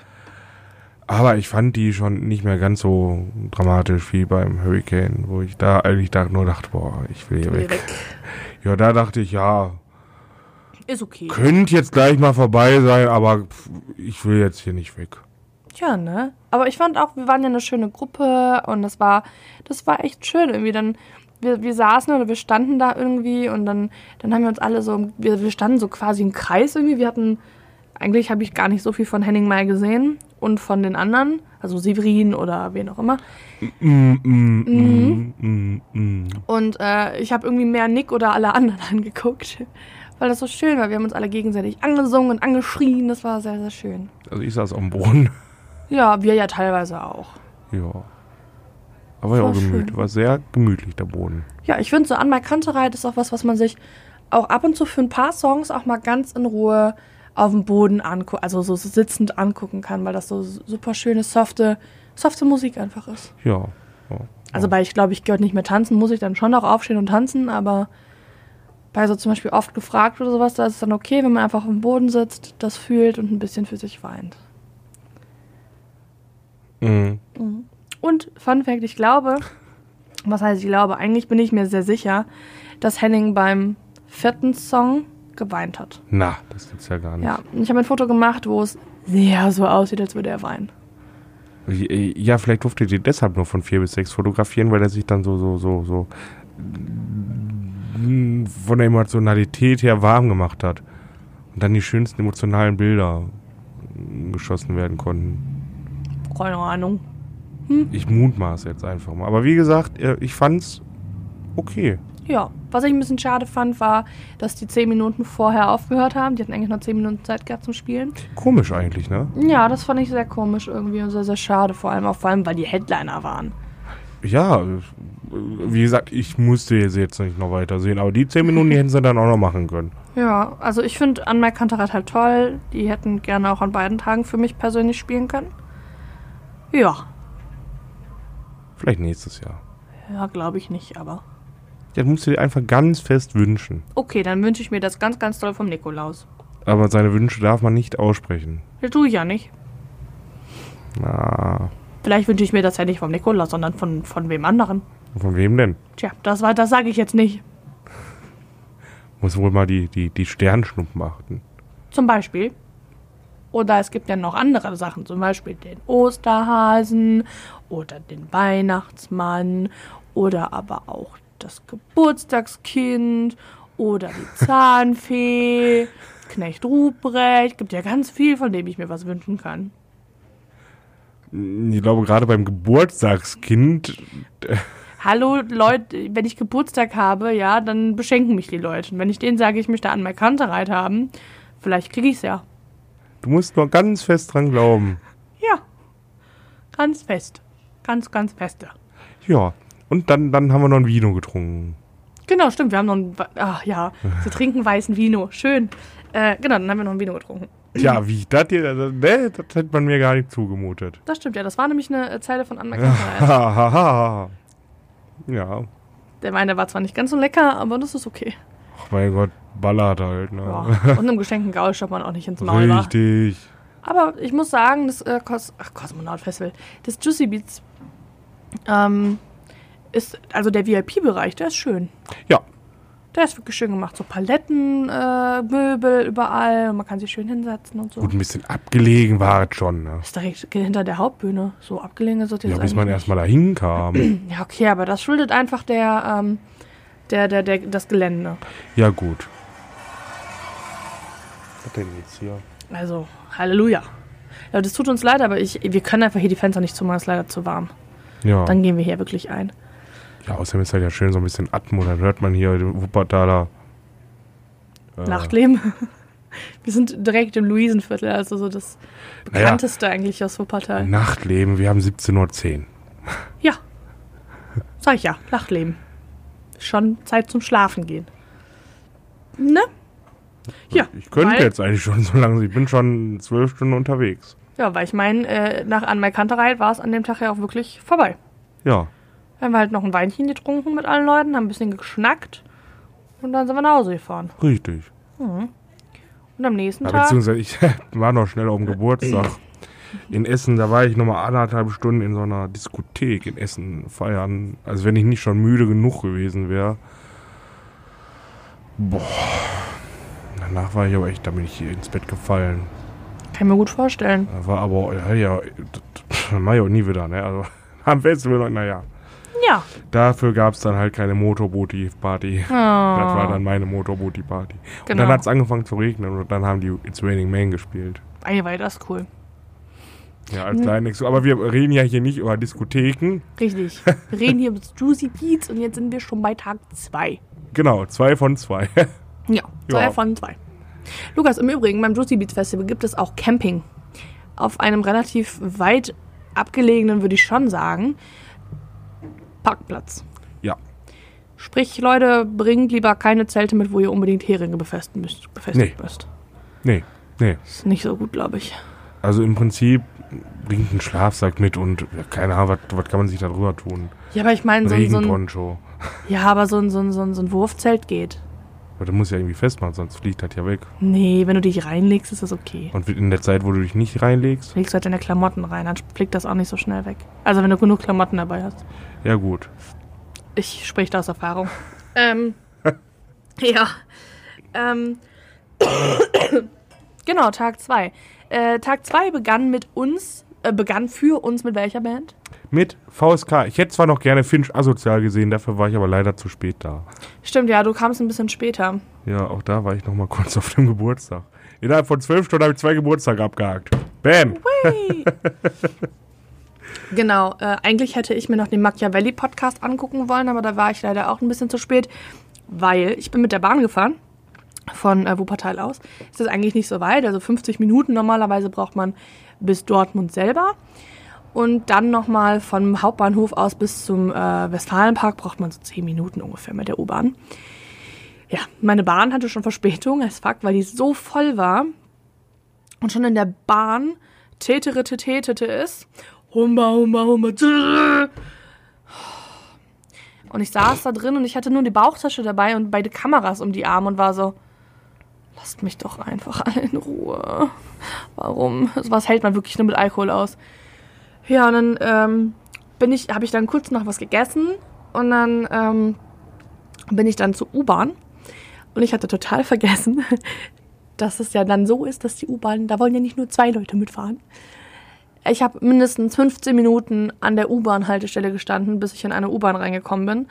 A: aber ich fand die schon nicht mehr ganz so dramatisch wie beim Hurricane, wo ich da eigentlich da nur dachte, boah, ich will hier
B: Geh
A: weg.
B: weg.
A: Ja, da dachte ich, ja,
B: Ist okay.
A: könnte jetzt gleich mal vorbei sein, aber pf, ich will jetzt hier nicht weg.
B: Tja, ne? Aber ich fand auch, wir waren ja eine schöne Gruppe und das war, das war echt schön irgendwie. Dann, wir, wir saßen oder wir standen da irgendwie und dann, dann haben wir uns alle so, wir, wir standen so quasi im Kreis irgendwie. Wir hatten, eigentlich habe ich gar nicht so viel von Henning mal gesehen und von den anderen, also Severin oder wen auch immer.
A: Mm, mm,
B: Mhm.
A: mm, mm, mm.
B: Und äh, ich habe irgendwie mehr Nick oder alle anderen angeguckt, weil das so schön war. Wir haben uns alle gegenseitig angesungen und angeschrien. Das war sehr, sehr schön.
A: Also ich saß am Boden.
B: Ja, wir ja teilweise auch.
A: Ja. Aber ja,
B: War
A: gemütlich.
B: schön.
A: War sehr gemütlich der Boden.
B: Ja, ich finde so an Kantereit ist auch was, was man sich auch ab und zu für ein paar Songs auch mal ganz in Ruhe auf dem Boden anguckt, also so sitzend angucken kann, weil das so super schöne, softe, softe Musik einfach ist.
A: Ja. ja.
B: Also bei ich glaube, ich gehört nicht mehr tanzen, muss ich dann schon auch aufstehen und tanzen, aber bei so zum Beispiel oft gefragt oder sowas, da ist es dann okay, wenn man einfach auf dem Boden sitzt, das fühlt und ein bisschen für sich weint.
A: Mhm.
B: Und Fun Fact, ich glaube, was heißt ich glaube, eigentlich bin ich mir sehr sicher, dass Henning beim vierten Song geweint hat.
A: Na, das gibt's ja gar nicht.
B: Ja, und ich habe ein Foto gemacht, wo es sehr so aussieht, als würde er weinen.
A: Ja, vielleicht durfte die deshalb nur von 4 bis 6 fotografieren, weil er sich dann so, so, so, so mm, von der Emotionalität her warm gemacht hat. Und dann die schönsten emotionalen Bilder mm, geschossen werden konnten.
B: Keine Ahnung.
A: Ich mutmaß jetzt einfach mal. Aber wie gesagt, äh, ich fand's okay.
B: Ja, was ich ein bisschen schade fand, war, dass die 10 Minuten vorher aufgehört haben. Die hatten eigentlich nur 10 Minuten Zeit gehabt zum Spielen.
A: Komisch eigentlich, ne?
B: Ja, das fand ich sehr komisch irgendwie und sehr, sehr schade. Vor allem auch, vor allem, weil die Headliner waren.
A: Ja, äh, wie gesagt, ich musste sie jetzt nicht noch weiter sehen, aber die 10 Minuten, die hätten sie dann auch noch machen können.
B: Ja, also ich finde Anmai Kantarat halt toll. Die hätten gerne auch an beiden Tagen für mich persönlich spielen können. Ja,
A: Vielleicht nächstes Jahr.
B: ja, glaube ich nicht, aber.
A: Das musst du dir einfach ganz fest wünschen.
B: Okay, dann wünsche ich mir das ganz, ganz toll vom Nikolaus.
A: Aber seine Wünsche darf man nicht aussprechen.
B: Das tue ich ja nicht.
A: Na,
B: Vielleicht wünsche ich mir das ja nicht vom Nikolaus, sondern von, von wem anderen.
A: von wem denn?
B: Tja, das war, das sage ich jetzt nicht.
A: Muss wohl mal die, die, die Sternschnuppen achten.
B: Zum Beispiel. Oder es gibt ja noch andere Sachen, zum Beispiel den Osterhasen oder den Weihnachtsmann oder aber auch das Geburtstagskind oder die Zahnfee, Knecht Ruprecht. Gibt ja ganz viel, von dem ich mir was wünschen kann.
A: Ich glaube, gerade beim Geburtstagskind,
B: Hallo Leute, wenn ich Geburtstag habe, ja, dann beschenken mich die Leute. Und wenn ich denen sage, ich möchte an mein Kantereit haben, vielleicht kriege ich es ja.
A: du musst nur ganz fest dran glauben.
B: Ja. Ganz fest. Ganz, ganz feste.
A: Ja, und dann, dann haben wir noch ein Vino getrunken.
B: Genau, stimmt. Wir haben noch ein. Wa- Ach ja, sie trinken weißen Vino. Schön. Äh, genau, dann haben wir noch ein Vino getrunken.
A: Ja, wie ich das dir, das, ne, das hätte man mir gar nicht zugemutet.
B: Das stimmt, ja. Das war nämlich eine äh, Zeile von Anna Kantereit.
A: Hahaha. ja,
B: Der Wein, der war zwar nicht ganz so lecker, aber das ist okay.
A: ach mein Gott, ballert halt,
B: Ja.
A: ne?
B: Und im geschenkten Gaul schaut man auch nicht ins Maul. wa?
A: Richtig.
B: Aber ich muss sagen, das äh, Kos Ach, Kosmonaut Festival, das Juicy Beats, ähm, ist, also der VIP-Bereich, der ist schön.
A: Ja,
B: Der ist wirklich schön gemacht. So Paletten, äh, Möbel überall. Und man kann sich schön hinsetzen und so.
A: Gut, ein bisschen abgelegen war es schon. Ne?
B: Ist direkt hinter der Hauptbühne. So abgelegen ist das jetzt
A: Ja, bis man
B: eigentlich
A: erstmal dahin kam.
B: nicht. Ja, okay, aber das schuldet einfach der, ähm, der, der, der, das Gelände.
A: ja, gut. Was denn jetzt hier?
B: Also, Halleluja. Ja, das tut uns leid, aber ich, wir können einfach hier die Fenster nicht zumachen, es ist leider zu warm.
A: Ja.
B: Dann gehen wir hier wirklich ein.
A: ja, außerdem ist halt ja schön so ein bisschen Atmo. Dann hört man hier den Wuppertaler. äh,
B: Nachtleben. Wir sind direkt im Luisenviertel, also so das
A: Naja.
B: bekannteste eigentlich aus
A: Mhm.
B: Wuppertal.
A: Nachtleben, wir haben 17.10 Uhr.
B: Ja. Sag ich ja, Nachtleben. Schon Zeit zum Schlafen gehen. Ne? Ja.
A: Ich könnte
B: weil,
A: jetzt eigentlich schon so lange. Ich bin schon zwölf Stunden unterwegs.
B: Ja, weil ich meine, äh, nach Anmerkanterei war es an dem Tag ja auch wirklich vorbei.
A: Ja.
B: Dann haben wir halt noch ein Weinchen getrunken mit allen Leuten, haben ein bisschen geschnackt und dann sind wir nach Hause gefahren.
A: Richtig.
B: Und am nächsten
A: Ja,
B: Tag.
A: beziehungsweise ich war noch schnell auf dem Geburtstag.
B: Äh.
A: In Essen, da war ich nochmal anderthalb Stunden in so einer Diskothek in Essen feiern. Also wenn ich nicht schon müde genug gewesen wäre. Boah. Danach war ich aber echt, da bin ich hier ins Bett gefallen.
B: Kann ich mir gut vorstellen.
A: Da war aber, ja, ja, das mach ich auch nie wieder, ne? Also am Festival, naja.
B: Ja.
A: Dafür gab es dann halt keine Motorbooty-Party. Das war
B: Oh.
A: dann meine Motorbooty-Party. Und
B: Genau.
A: dann hat es angefangen zu regnen und dann haben die It's Raining Man gespielt.
B: Eiweiß, das ist cool.
A: Ja,
B: Hm.
A: als kleines. Aber wir reden ja hier nicht über Diskotheken.
B: Richtig. Wir reden hier über Juicy Beats und jetzt sind wir schon bei Tag 2.
A: Genau, zwei von zwei.
B: Ja, zwei
A: Ja.
B: von zwei. Lukas, im Übrigen, beim Juicy Beats Festival gibt es auch Camping. Auf einem relativ weit abgelegenen, würde ich schon sagen, Parkplatz.
A: ja.
B: Sprich, Leute, bringt lieber keine Zelte mit, wo ihr unbedingt Heringe befestigen müsst. Befestigt
A: Nee.
B: müsst.
A: Nee, nee.
B: Ist nicht so gut, glaube ich.
A: Also im Prinzip bringt einen Schlafsack mit und ja, keine Ahnung, was, was kann man sich da drüber tun?
B: Ja, aber ich meine, so, ein- so ein.
A: Regenponcho.
B: Ja, aber so ein, so ein, so ein, so ein Wurfzelt geht.
A: Aber du musst ja irgendwie festmachen, sonst fliegt das ja weg.
B: Nee, wenn du dich reinlegst, ist das okay.
A: Und in der Zeit, wo du dich nicht reinlegst,
B: Legst du halt deine Klamotten rein, dann fliegt das auch nicht so schnell weg. Also wenn du genug Klamotten dabei hast.
A: ja gut.
B: Ich spreche da aus Erfahrung. ähm, ja. Ähm, genau, Tag 2. Äh, Tag 2 begann mit uns, äh, begann für uns mit welcher Band?
A: Mit VSK. Ich hätte zwar noch gerne Finch asozial gesehen, dafür war ich aber leider zu spät da.
B: Stimmt, ja, du kamst ein bisschen später.
A: Ja, auch da war ich noch mal kurz auf dem Geburtstag. Innerhalb von zwölf Stunden habe ich zwei Geburtstage abgehakt. Bam!
B: Hui. genau, äh, eigentlich hätte ich mir noch den Machiavelli-Podcast angucken wollen, aber da war ich leider auch ein bisschen zu spät, weil ich bin mit der Bahn gefahren von äh, Wuppertal aus. Ist das eigentlich nicht so weit, also 50 Minuten normalerweise braucht man bis Dortmund selber. Und dann nochmal vom Hauptbahnhof aus bis zum äh, Westfalenpark braucht man so 10 Minuten ungefähr mit der U-Bahn. Ja, meine Bahn hatte schon Verspätung, als fuck, weil die so voll war. Und schon in der Bahn tetere tete tete ist. Humba, humba, humba. tschrrr. Und ich saß da drin und ich hatte nur die Bauchtasche dabei und beide Kameras um die Arme und war so, lasst mich doch einfach alle in Ruhe. Warum? Sowas hält man wirklich nur mit Alkohol aus. Ja, und dann ähm, bin ich, habe ich dann kurz noch was gegessen und dann ähm, bin ich dann zur U-Bahn und ich hatte total vergessen, dass es ja dann so ist, dass die U-Bahn, da wollen ja nicht nur zwei Leute mitfahren. Ich habe mindestens 15 Minuten an der U-Bahn-Haltestelle gestanden, bis ich in eine U-Bahn reingekommen bin.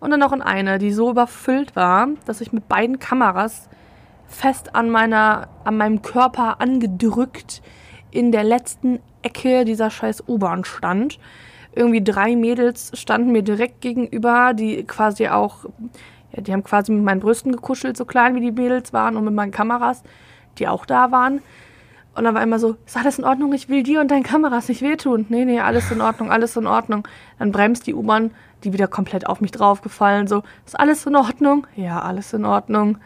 B: Und dann noch in eine, die so überfüllt war, dass ich mit beiden Kameras fest an, meiner, an meinem Körper angedrückt in der letzten Ecke dieser scheiß U-Bahn stand. Irgendwie drei Mädels standen mir direkt gegenüber, die quasi auch, ja, die haben quasi mit meinen Brüsten gekuschelt, so klein wie die Mädels waren und mit meinen Kameras, die auch da waren. Und dann war immer so, ist alles in Ordnung? Ich will dir und deinen Kameras nicht wehtun. Nee, nee, alles in Ordnung, alles in Ordnung. Dann bremst die U-Bahn, die wieder komplett auf mich draufgefallen, so, ist alles in Ordnung? Ja, alles in Ordnung.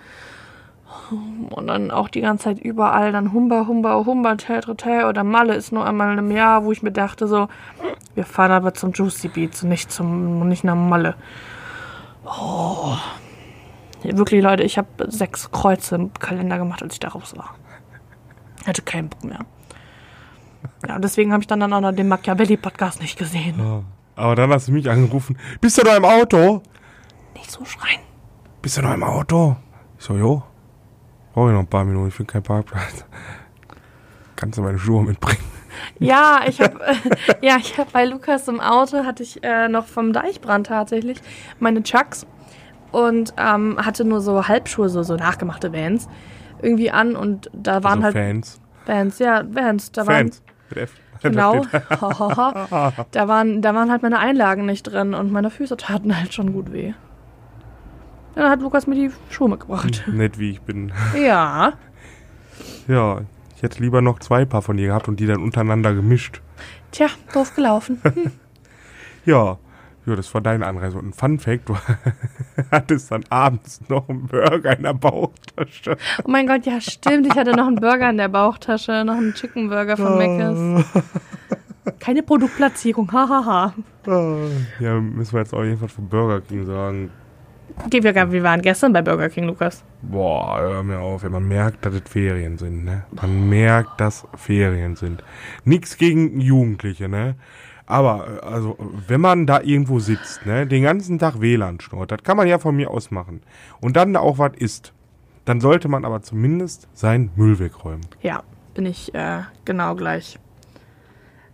B: Und dann auch die ganze Zeit überall dann Humba, Humba, Humba, Tetre, oder Malle ist nur einmal im Jahr, wo ich mir dachte so, wir fahren aber zum Juicy Beats und nicht zum, nicht nach Malle. Oh. Wirklich, Leute, ich habe sechs Kreuze im Kalender gemacht, als ich da raus war. Hatte keinen Bock mehr. Ja, und deswegen habe ich dann, dann auch noch den Machiavelli-Podcast nicht
A: Ah.
B: gesehen.
A: Aber dann hast du mich angerufen. Bist du da im Auto?
B: Nicht so schreien.
A: bist du noch im Auto? Ich so, jo. Brauche ich noch ein paar Minuten, ich finde keinen Parkplatz. Kannst du meine Schuhe mitbringen?
B: Ja, ich habe ja, ich hab bei Lukas im Auto hatte ich äh, noch vom Deichbrand tatsächlich meine Chucks und ähm, hatte nur so Halbschuhe, so, so nachgemachte Vans irgendwie an und da waren
A: also
B: halt
A: Fans.
B: Vans, ja, Vans, da waren
A: Fans. Mit F.
B: Genau. da, waren, da waren halt meine Einlagen nicht drin und meine Füße taten halt schon gut weh. Dann hat Lukas mir die Schuhe mitgebracht.
A: Nett wie ich bin.
B: Ja.
A: Ja, ich hätte lieber noch zwei Paar von dir gehabt und die dann untereinander gemischt.
B: Tja, doof gelaufen.
A: Ja, ja das war dein Anreiz. Und ein Fun Fact, du hattest dann abends noch einen Burger in der Bauchtasche.
B: Oh mein Gott, ja stimmt. Ich hatte noch einen Burger in der Bauchtasche, noch einen Chicken Burger von Mc's. Keine Produktplatzierung, hahaha.
A: Ja, müssen wir jetzt auch jedenfalls von Burger King sagen.
B: Geh, wir, wir waren gestern bei Burger King, Lukas.
A: Boah, hör mir auf, ey. man merkt, dass es Ferien sind, ne? Man merkt, dass Ferien sind. Nix gegen Jugendliche, ne? Aber, äh, also, wenn man da irgendwo sitzt, ne, den ganzen Tag WLAN schnurrt, das kann man ja von mir aus machen. Und dann auch was isst. Dann sollte man aber zumindest seinen Müll wegräumen.
B: Ja, bin ich äh, genau gleich.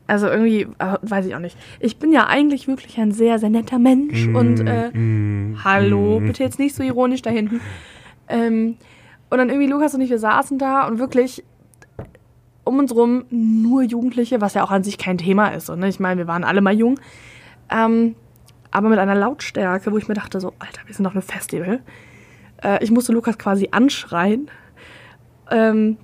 B: Also irgendwie, äh, weiß ich auch nicht. Ich bin ja eigentlich wirklich ein sehr, sehr netter Mensch und äh, hallo, bitte jetzt nicht so ironisch da hinten. Ähm, und dann irgendwie Lukas und ich, wir saßen da und wirklich um uns rum nur Jugendliche, was ja auch an sich kein Thema ist. Und, ne, ich meine, wir waren alle mal jung. Ähm, aber mit einer Lautstärke, wo ich mir dachte, so, Alter, wir sind auf einem Festival. Äh, ich musste Lukas quasi anschreien. Ähm,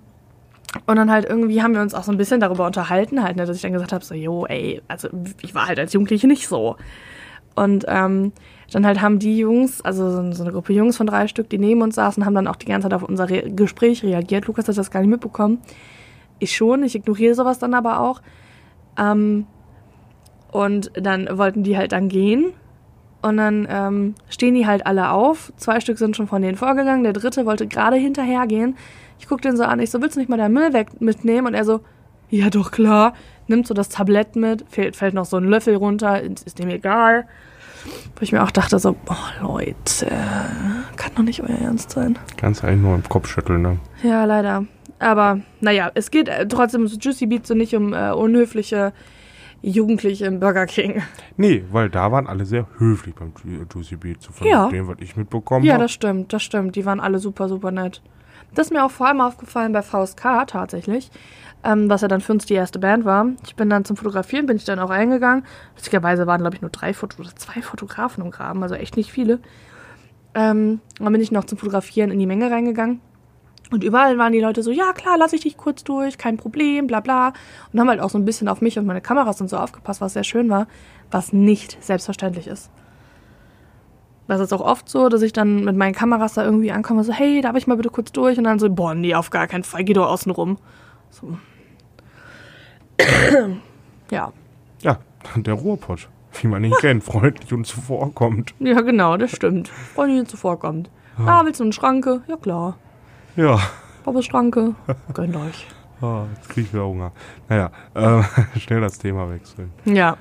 B: und dann halt irgendwie haben wir uns auch so ein bisschen darüber unterhalten, halt, ne, dass ich dann gesagt habe, so, jo, ey, also ich war halt als Jugendliche nicht so. Und ähm, dann halt haben die Jungs, also so, so eine Gruppe Jungs von drei Stück, die neben uns saßen, haben dann auch die ganze Zeit auf unser Re Gespräch reagiert. Lukas hat das gar nicht mitbekommen. Ich schon, ich ignoriere sowas dann aber auch. Ähm, und dann wollten die halt dann gehen. Und dann ähm, stehen die halt alle auf. Zwei Stück sind schon von denen vorgegangen. Der dritte wollte gerade hinterhergehen. Ich guck den so an. Ich so, willst du nicht mal deinen Müll weg mitnehmen? Und er so, ja doch klar. Nimmt so das Tablett mit. Fällt, fällt noch so ein Löffel runter. Ist ist dem egal. Wo ich mir auch dachte so, oh Leute, kann doch nicht euer Ernst sein.
A: Kannst eigentlich nur im Kopf schütteln, ne?
B: Ja, leider. Aber naja, es geht äh, trotzdem so Juicy Beats und nicht um äh, unhöfliche Jugendliche im Burger King.
A: Nee, weil da waren alle sehr höflich beim Ju- äh, Juicy Beat zu von
B: Ja.
A: dem, was ich mitbekommen
B: Ja,
A: habe.
B: das stimmt, das stimmt. Die waren alle super, super nett. Das ist mir auch vor allem aufgefallen bei VSK tatsächlich, ähm, was ja dann für uns die erste Band war. Ich bin dann zum Fotografieren, bin ich dann auch eingegangen. Lustigerweise waren, glaube ich, nur drei Foto oder zwei Fotografen im Graben, also echt nicht viele. Ähm, dann bin ich noch zum Fotografieren in die Menge reingegangen. Und überall waren die Leute so, ja klar, lass ich dich kurz durch, kein Problem, bla bla. Und haben halt auch so ein bisschen auf mich und meine Kameras und so aufgepasst, was sehr schön war, was nicht selbstverständlich ist. Das ist auch oft so, dass ich dann mit meinen Kameras da irgendwie ankomme, so, hey, darf ich mal bitte kurz durch? Und dann so, boah, nee, auf gar keinen Fall, geh doch außen rum. So. ja.
A: Ja, der Ruhrpott. Wie man ihn kennt, freundlich und zuvorkommt.
B: Ja, genau, das stimmt. Freundin zuvorkommt. Ah, willst du eine Schranke? Ja, klar.
A: Ja,
B: Bobbe Schranke. Gönnt euch.
A: ah, jetzt krieg ich wieder Hunger. Naja, ähm, schnell das Thema wechseln.
B: Ja.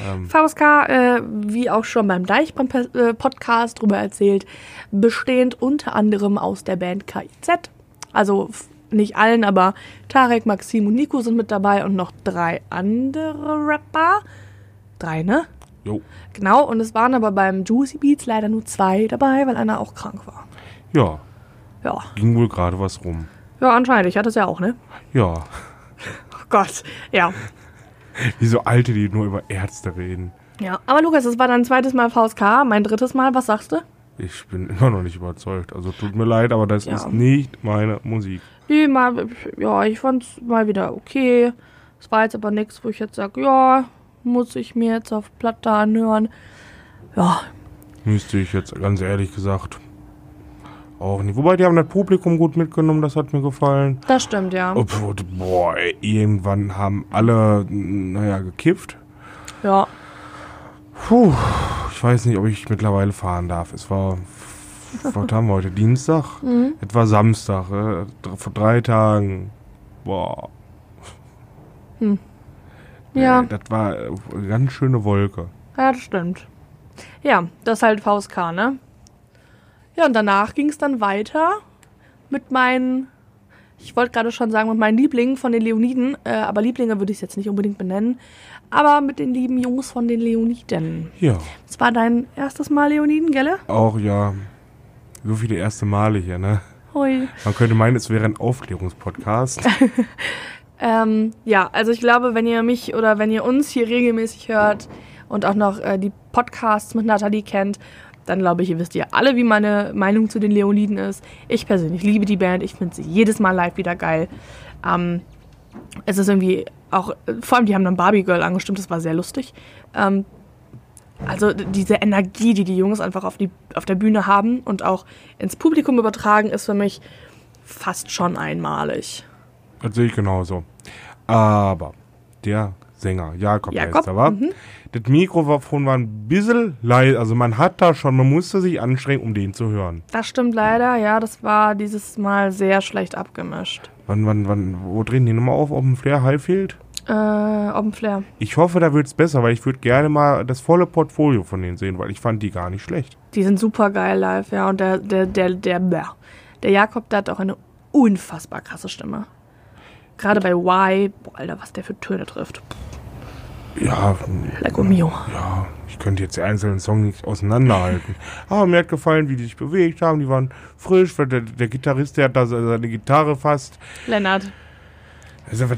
A: Ähm,
B: VSK, äh, wie auch schon beim Deichbrand-Podcast drüber erzählt, bestehend unter anderem aus der Band KIZ. Also f- nicht allen, aber Tarek, Maxim und Nico sind mit dabei und noch drei andere Rapper. Drei, ne?
A: jo.
B: Genau, und es waren aber beim Juicy Beats leider nur zwei dabei, weil einer auch krank war.
A: Ja,
B: Ja,
A: ging wohl gerade was rum.
B: ja anscheinend. Ich hatte es ja auch, ne?
A: Ja,
B: Oh Gott, ja.
A: wie so Alte, die nur über Ärzte reden.
B: ja. Aber Lukas, das war dein zweites Mal VSK, mein drittes Mal. Was sagst du?
A: Ich bin immer noch nicht überzeugt. Also tut mir leid, aber das
B: Ja.
A: ist nicht meine Musik.
B: Nee, mal, ja, ich fand's mal wieder okay. Es war jetzt aber nichts, wo ich jetzt sage, ja, muss ich mir jetzt auf Platte anhören. Ja,
A: Müsste ich jetzt ganz ehrlich gesagt auch nicht. Wobei, die haben das Publikum gut mitgenommen, das hat mir gefallen.
B: das stimmt, ja.
A: Obwohl, boah, ey, irgendwann haben alle, naja, gekifft.
B: Ja,
A: Puh, ich weiß nicht, ob ich mittlerweile fahren darf. Es war, was haben wir heute, Dienstag?
B: Mhm.
A: Etwa Samstag, äh, dr- vor drei Tagen. Boah,
B: ja,
A: ey, das war äh, eine ganz schöne Wolke.
B: ja, das stimmt. Ja, das ist halt VSK, ne? Ja, und danach ging es dann weiter mit meinen, ich wollte gerade schon sagen, mit meinen Lieblingen von den Leoniden, äh, aber Lieblinge würde ich es jetzt nicht unbedingt benennen, aber mit den lieben Jungs von den Leoniden.
A: Ja,
B: Es war dein erstes Mal Leoniden, gelle?
A: auch ja. So viele erste Male hier, ne?
B: Hui.
A: Man könnte meinen, es wäre ein Aufklärungspodcast.
B: Ähm, ja, also ich glaube, wenn ihr mich oder wenn ihr uns hier regelmäßig hört und auch noch äh, die Podcasts mit Nathalie kennt, dann glaube ich, ihr wisst ja alle, wie meine Meinung zu den Leoniden ist. Ich persönlich liebe die Band, ich finde sie jedes Mal live wieder geil. Ähm, es ist irgendwie auch, vor allem die haben dann Barbie Girl angestimmt, das war sehr lustig. Ähm, also d- diese Energie, die die Jungs einfach auf, die, auf der Bühne haben und auch ins Publikum übertragen, ist für mich fast schon einmalig.
A: Das sehe ich genauso. Aber der Sänger, Jakob,
B: Jakob, mhm.
A: heißt er, war. Das Mikrofon war ein bisschen leise. Also man hat da schon, man musste sich anstrengen, um den zu hören.
B: Das stimmt leider, ja, das war dieses Mal sehr schlecht abgemischt.
A: Wann, wann, wann, wo drehen die nochmal auf, ob ein Flair Highfield?
B: Äh, Open Flair.
A: Ich hoffe, da wird's besser, weil ich würde gerne mal das volle Portfolio von denen sehen, weil ich fand die gar nicht schlecht.
B: Die sind super geil live, ja, und der, der, der, der, der, der Jakob, der hat auch eine unfassbar krasse Stimme. Gerade bei Y, boah, Alter, was der für Töne trifft.
A: Ja,
B: Like mio.
A: ja, ich könnte jetzt die einzelnen Songs nicht auseinanderhalten. Aber mir hat gefallen, wie die sich bewegt haben. Die waren frisch, weil der, der Gitarrist, der hat da se- seine Gitarre fast.
B: Lennart.
A: Also, was,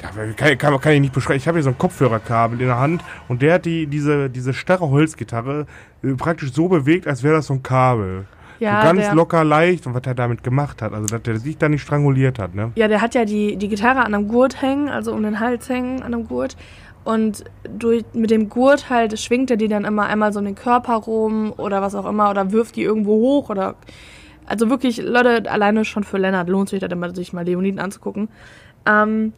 A: ja, weil kann, kann, kann ich nicht beschreiben. Ich habe hier so ein Kopfhörerkabel in der Hand und der hat die, diese, diese starre Holzgitarre äh, praktisch so bewegt, als wäre das so ein Kabel.
B: Ja,
A: so ganz
B: der,
A: locker leicht und was er damit gemacht hat. Also, dass der sich da nicht stranguliert hat, ne?
B: ja, der hat ja die, die Gitarre an einem Gurt hängen, also um den Hals hängen, an einem Gurt. Und durch, mit dem Gurt halt schwingt er die dann immer einmal so um den Körper rum oder was auch immer oder wirft die irgendwo hoch oder Also wirklich, Leute, alleine schon für Lennart lohnt sich das immer, sich mal Leoniden anzugucken. Ähm,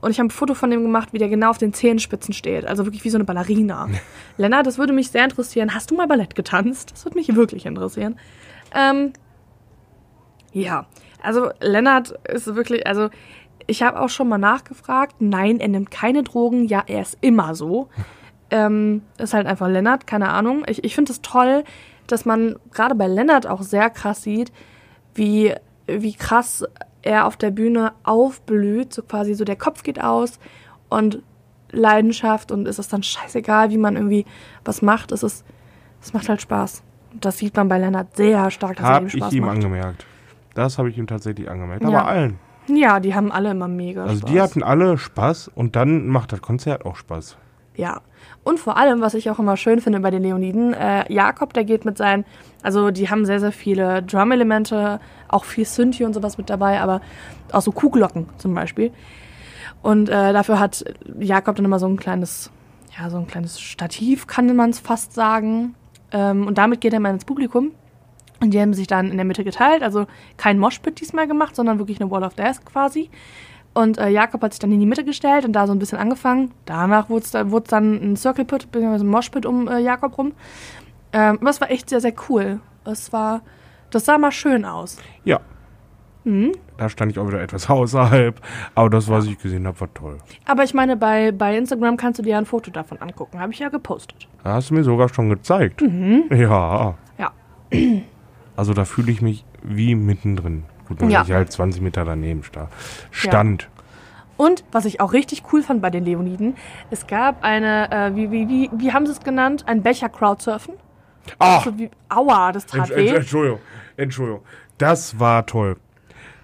B: und ich habe ein Foto von dem gemacht, wie der genau auf den Zehenspitzen steht. Also wirklich wie so eine Ballerina. Lennart, das würde mich sehr interessieren. Hast du mal Ballett getanzt? Das würde mich wirklich interessieren. Ähm, ja, also Lennart ist wirklich, also ich habe auch schon mal nachgefragt. Nein, er nimmt keine Drogen. Ja, er ist immer so. Ähm, ist halt einfach Lennart, keine Ahnung. Ich, ich finde es toll, dass man gerade bei Lennart auch sehr krass sieht, wie, wie krass er auf der Bühne aufblüht, so quasi so der Kopf geht aus und Leidenschaft und es ist dann scheißegal, wie man irgendwie was macht. Es ist, es macht halt Spaß. Und das sieht man bei Lennart sehr stark, dass
A: Hab
B: er ihm
A: ich
B: Spaß
A: ihm
B: macht.
A: angemerkt. Das habe ich ihm tatsächlich angemerkt.
B: Ja.
A: Aber allen.
B: Ja, die haben alle immer mega
A: Also
B: Spaß.
A: die hatten alle Spaß und dann macht das Konzert auch Spaß.
B: Ja. Und vor allem, was ich auch immer schön finde bei den Leoniden, äh, Jakob, der geht mit seinen, also die haben sehr, sehr viele Drum-Elemente, auch viel Synthi und sowas mit dabei, aber auch so Kuhglocken zum Beispiel. Und äh, dafür hat Jakob dann immer so ein kleines, ja, so ein kleines Stativ, kann man es fast sagen. Ähm, und damit geht er immer ins Publikum. Und die haben sich dann in der Mitte geteilt, also kein Moshpit diesmal gemacht, sondern wirklich eine Wall of Death quasi. Und äh, Jakob hat sich dann in die Mitte gestellt und da so ein bisschen angefangen. Danach wurde es da, wurd's dann ein Circle Pit, beziehungsweise ein Moshpit um äh, Jakob rum. Ähm, aber es war echt sehr, sehr cool. Es war, das sah mal schön aus.
A: Ja.
B: Mhm.
A: Da stand ich auch wieder etwas außerhalb. Aber das, was ich gesehen habe, war toll.
B: Aber ich meine, bei, bei Instagram kannst du dir ein Foto davon angucken. Habe ich ja gepostet.
A: Da hast du mir sogar schon gezeigt. Ja.
B: Mhm. Ja.
A: Also da fühle ich mich wie mittendrin. Gut, weil
B: Ja.
A: ich halt 20 Meter daneben sta- stand.
B: Und was ich auch richtig cool fand bei den Leoniden, es gab eine, äh, wie, wie, wie, wie haben sie es genannt? Ein Becher-Crowdsurfen.
A: Ah,
B: So wie, aua, das tat
A: Entsch
B: weh.
A: Entsch Entschuldigung, Entschuldigung. Das war toll.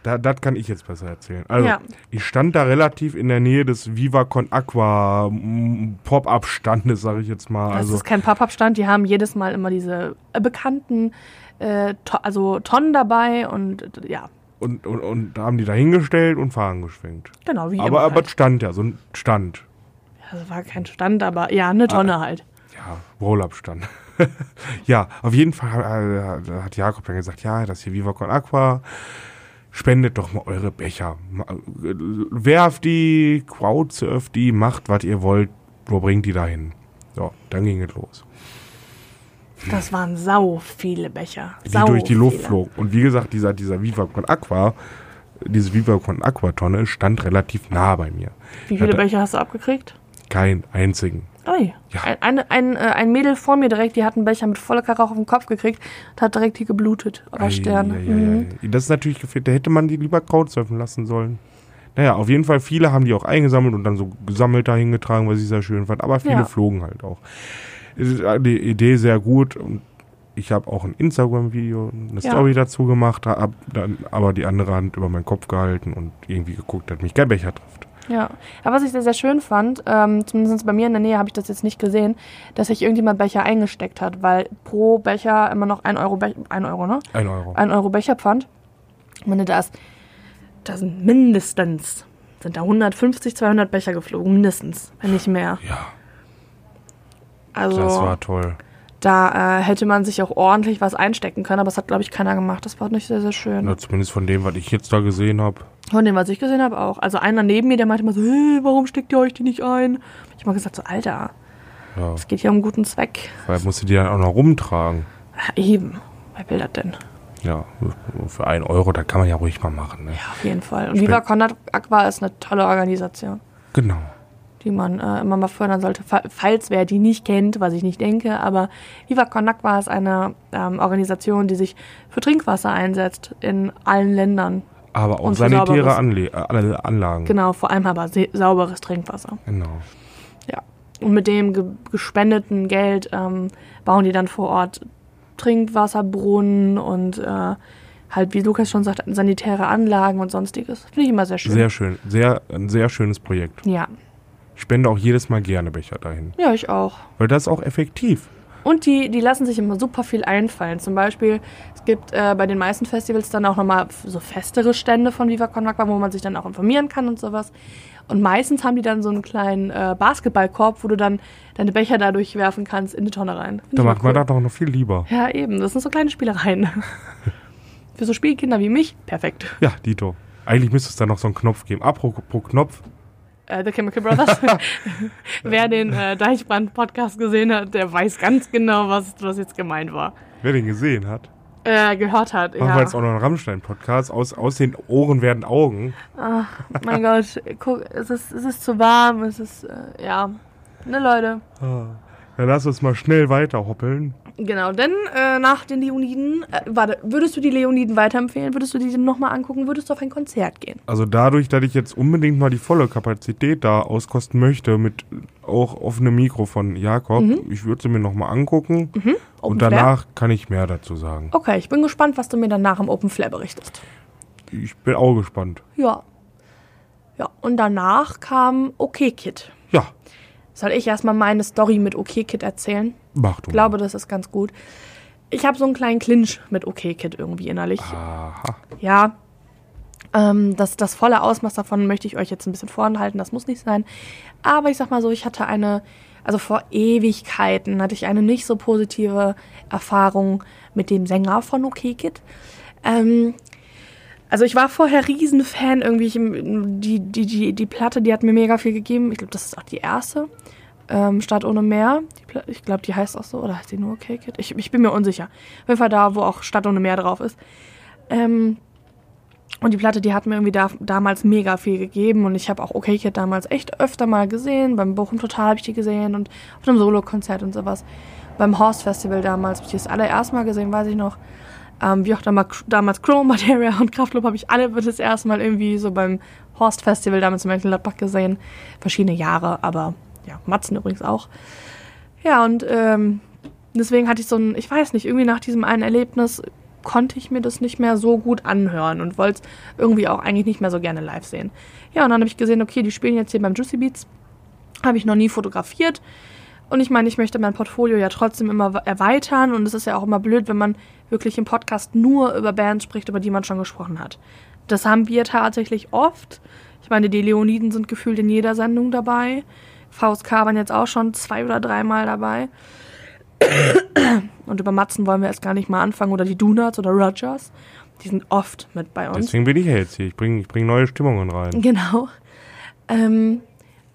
A: Da, das kann ich jetzt besser erzählen. Also,
B: Ja.
A: ich stand da relativ in der Nähe des Viva Con Aqua mm, Pop-Up-Standes, sage ich jetzt mal.
B: Das
A: also,
B: ist kein Pappabstand, die haben jedes Mal immer diese äh, bekannten äh, to also Tonnen dabei und äh, ja,
A: und, und, und da haben die da hingestellt und Fahnen geschwenkt.
B: genau, wie
A: Aber,
B: immer.
A: aber
B: Halt.
A: es stand ja, so ein Stand.
B: Das war kein Stand, aber ja, eine Tonne halt.
A: Ja, Roll-Up-Stand. ja, auf jeden Fall äh, hat Jakob dann gesagt, ja, das hier Viva Con Aqua, spendet doch mal eure Becher. Ma- äh, Werft die, crowdsurft die, macht, was ihr wollt, wo bringt die dahin? So, dann ging es los.
B: Das waren sau viele Becher.
A: Die
B: Sau
A: durch die Luft
B: viele.
A: flog. Und wie gesagt, dieser, dieser Viva Con Aqua, diese Viva Con Aqua Tonne stand relativ nah bei mir.
B: Wie viele
A: Ja, da-
B: Becher hast du abgekriegt?
A: Keinen einzigen.
B: Ui.
A: Ja.
B: Ein, eine, ein, äh, ein Mädel vor mir direkt, die hat einen Becher mit voller Karre auf den Kopf gekriegt und hat direkt hier geblutet. Mhm. Aber Stern.
A: Ei, ei, ei, ei. Das ist natürlich gefehlt. Da hätte man die lieber Couchsurfen lassen sollen. Naja, auf jeden Fall, viele haben die auch eingesammelt und dann so gesammelt dahin getragen, weil sie es sehr schön fand. Aber viele
B: Ja.
A: flogen halt auch. Es ist, äh, Die Idee sehr gut. Und ich habe auch ein Instagram-Video, eine
B: Ja.
A: Story dazu gemacht, hab dann aber die andere Hand über meinen Kopf gehalten und irgendwie geguckt, dass mich kein Becher trifft.
B: Ja. Aber was ich sehr, sehr schön fand, ähm, zumindest bei mir in der Nähe habe ich das jetzt nicht gesehen, dass sich irgendjemand Becher eingesteckt hat, weil pro Becher immer noch ein Euro, Be ein Euro, ne?
A: Ein Euro.
B: Ein Euro Becherpfand. Ich meine, da ist, da sind mindestens, sind da 150, 200 Becher geflogen, mindestens, wenn nicht mehr.
A: ja,
B: Also,
A: das war toll.
B: da äh, hätte man sich auch ordentlich was einstecken können, aber das hat, glaube ich, keiner gemacht. Das war nicht sehr, sehr schön.
A: Na, zumindest von dem, was ich jetzt da gesehen habe.
B: Von dem, was ich gesehen habe, auch. Also einer neben mir, der meinte mal so, hey, warum steckt ihr euch die nicht ein? Ich habe mal gesagt, so, Alter,
A: Ja,
B: es geht hier um guten Zweck.
A: weil musst du die dann auch noch rumtragen.
B: Ja, eben. Wer will das denn?
A: Ja, für einen Euro, da kann man ja ruhig mal machen. Ne?
B: Ja, auf jeden Fall. Und Viva Conrad Aqua ist eine tolle Organisation,
A: Genau.
B: die man äh, immer mal fördern sollte, fa- falls wer die nicht kennt, was ich nicht denke. Aber Viva Con Aqua ist eine ähm, Organisation, die sich für Trinkwasser einsetzt in allen Ländern.
A: Aber auch
B: Und für
A: sanitäre
B: sauberes.
A: Anle äh, Anle- Anlagen.
B: Genau, vor allem aber se- sauberes Trinkwasser.
A: Genau.
B: Ja. Und mit dem ge gespendeten Geld ähm, bauen die dann vor Ort Trinkwasserbrunnen und äh, halt, wie Lukas schon sagt, sanitäre Anlagen und sonstiges. Finde ich immer sehr schön.
A: Sehr schön. Sehr, ein sehr schönes Projekt.
B: ja.
A: Ich spende auch jedes Mal gerne Becher dahin.
B: Ja, ich auch.
A: Weil das ist auch effektiv.
B: Und die, die lassen sich immer super viel einfallen. Zum Beispiel, es gibt äh, bei den meisten Festivals dann auch nochmal f- so festere Stände von Viva Con Agua, wo man sich dann auch informieren kann und sowas. Und meistens haben die dann so einen kleinen äh, Basketballkorb, wo du dann deine Becher dadurch werfen kannst in die Tonne rein. Find
A: Da
B: ich
A: macht
B: cool.
A: man das doch noch viel lieber.
B: Ja, eben. Das sind so kleine Spielereien. Für so Spielkinder wie mich, perfekt.
A: Ja, Dito. Eigentlich müsste es da noch so einen Knopf geben. Apropos Knopf.
B: Äh, The Chemical Brothers. Wer den äh, Deichbrand-Podcast gesehen hat, der weiß ganz genau, was, was jetzt gemeint war.
A: Wer den gesehen hat,
B: Äh, gehört hat,
A: machen wir
B: ja.
A: jetzt auch noch einen Rammstein-Podcast. Aus, aus den Ohren werden Augen.
B: Ah, Mein Gott, guck, es ist, es ist zu warm, es ist, äh, ja. Ne, Leute.
A: Ah. Dann lass uns mal schnell weiter hoppeln.
B: Genau, denn äh, nach den Leoniden, äh, warte, würdest du die Leoniden weiterempfehlen? Würdest du die nochmal angucken? Würdest du auf ein Konzert gehen?
A: Also dadurch, dass ich jetzt unbedingt mal die volle Kapazität da auskosten möchte, mit auch offenem Mikro von Jakob, ich würde sie mir nochmal angucken
B: Open
A: und danach kann ich mehr dazu sagen.
B: Okay, ich bin gespannt, was du mir danach im Open Flair berichtest.
A: Ich bin auch gespannt.
B: Ja. Ja, und danach kam OK Kid.
A: Ja,
B: Soll ich erstmal meine Story mit OK Kid erzählen?
A: mach du
B: Ich glaube, das ist ganz gut. Ich habe so einen kleinen Clinch mit OK Kid irgendwie innerlich.
A: mal. Aha.
B: Ja. Ähm, das, das volle Ausmaß davon möchte ich euch jetzt ein bisschen voranhalten, das muss nicht sein. Aber ich sag mal so, ich hatte eine, also vor Ewigkeiten hatte ich eine nicht so positive Erfahrung mit dem Sänger von OK Kid. Ähm, also ich war vorher Riesenfan irgendwie. Ich, die, die, die, die Platte, die hat mir mega viel gegeben. Ich glaube, das ist auch die erste. Ähm, Stadt ohne Meer. Die Pla- ich glaube, die heißt auch so. Oder heißt die nur Okay Kid? Ich, ich bin mir unsicher. Auf jeden Fall da, wo auch Stadt ohne Meer drauf ist. Ähm, und die Platte, die hat mir irgendwie da, damals mega viel gegeben. Und ich habe auch Okay Kid damals echt öfter mal gesehen. Beim Bochum Total habe ich die gesehen und auf einem Solo-Konzert und sowas. Beim Horst Festival damals habe ich das allererste Mal gesehen, weiß ich noch. Ähm, wie auch damals, damals Chrome, Materia und Kraftklub habe ich alle das erste Mal irgendwie so beim Horst Festival damals in Mönchengladbach gesehen. Verschiedene Jahre, aber ja, Matzen übrigens auch. Ja, und ähm, deswegen hatte ich so ein, ich weiß nicht, irgendwie nach diesem einen Erlebnis konnte ich mir das nicht mehr so gut anhören und wollte es irgendwie auch eigentlich nicht mehr so gerne live sehen. Ja, und dann habe ich gesehen, okay, die spielen jetzt hier beim Juicy Beats. Habe ich noch nie fotografiert. Und ich meine, ich möchte mein Portfolio ja trotzdem immer we- erweitern und es ist ja auch immer blöd, wenn man wirklich im Podcast nur über Bands spricht, über die man schon gesprochen hat. Das haben wir tatsächlich oft. Ich meine, die Leoniden sind gefühlt in jeder Sendung dabei. VSK waren jetzt auch schon zwei oder dreimal dabei. Und über Matzen wollen wir erst gar nicht mal anfangen oder die Donuts oder Rogers. Die sind oft mit bei uns.
A: Deswegen bin ich ja jetzt hier. Ich bringe ich bring neue Stimmungen rein.
B: Genau. Ähm,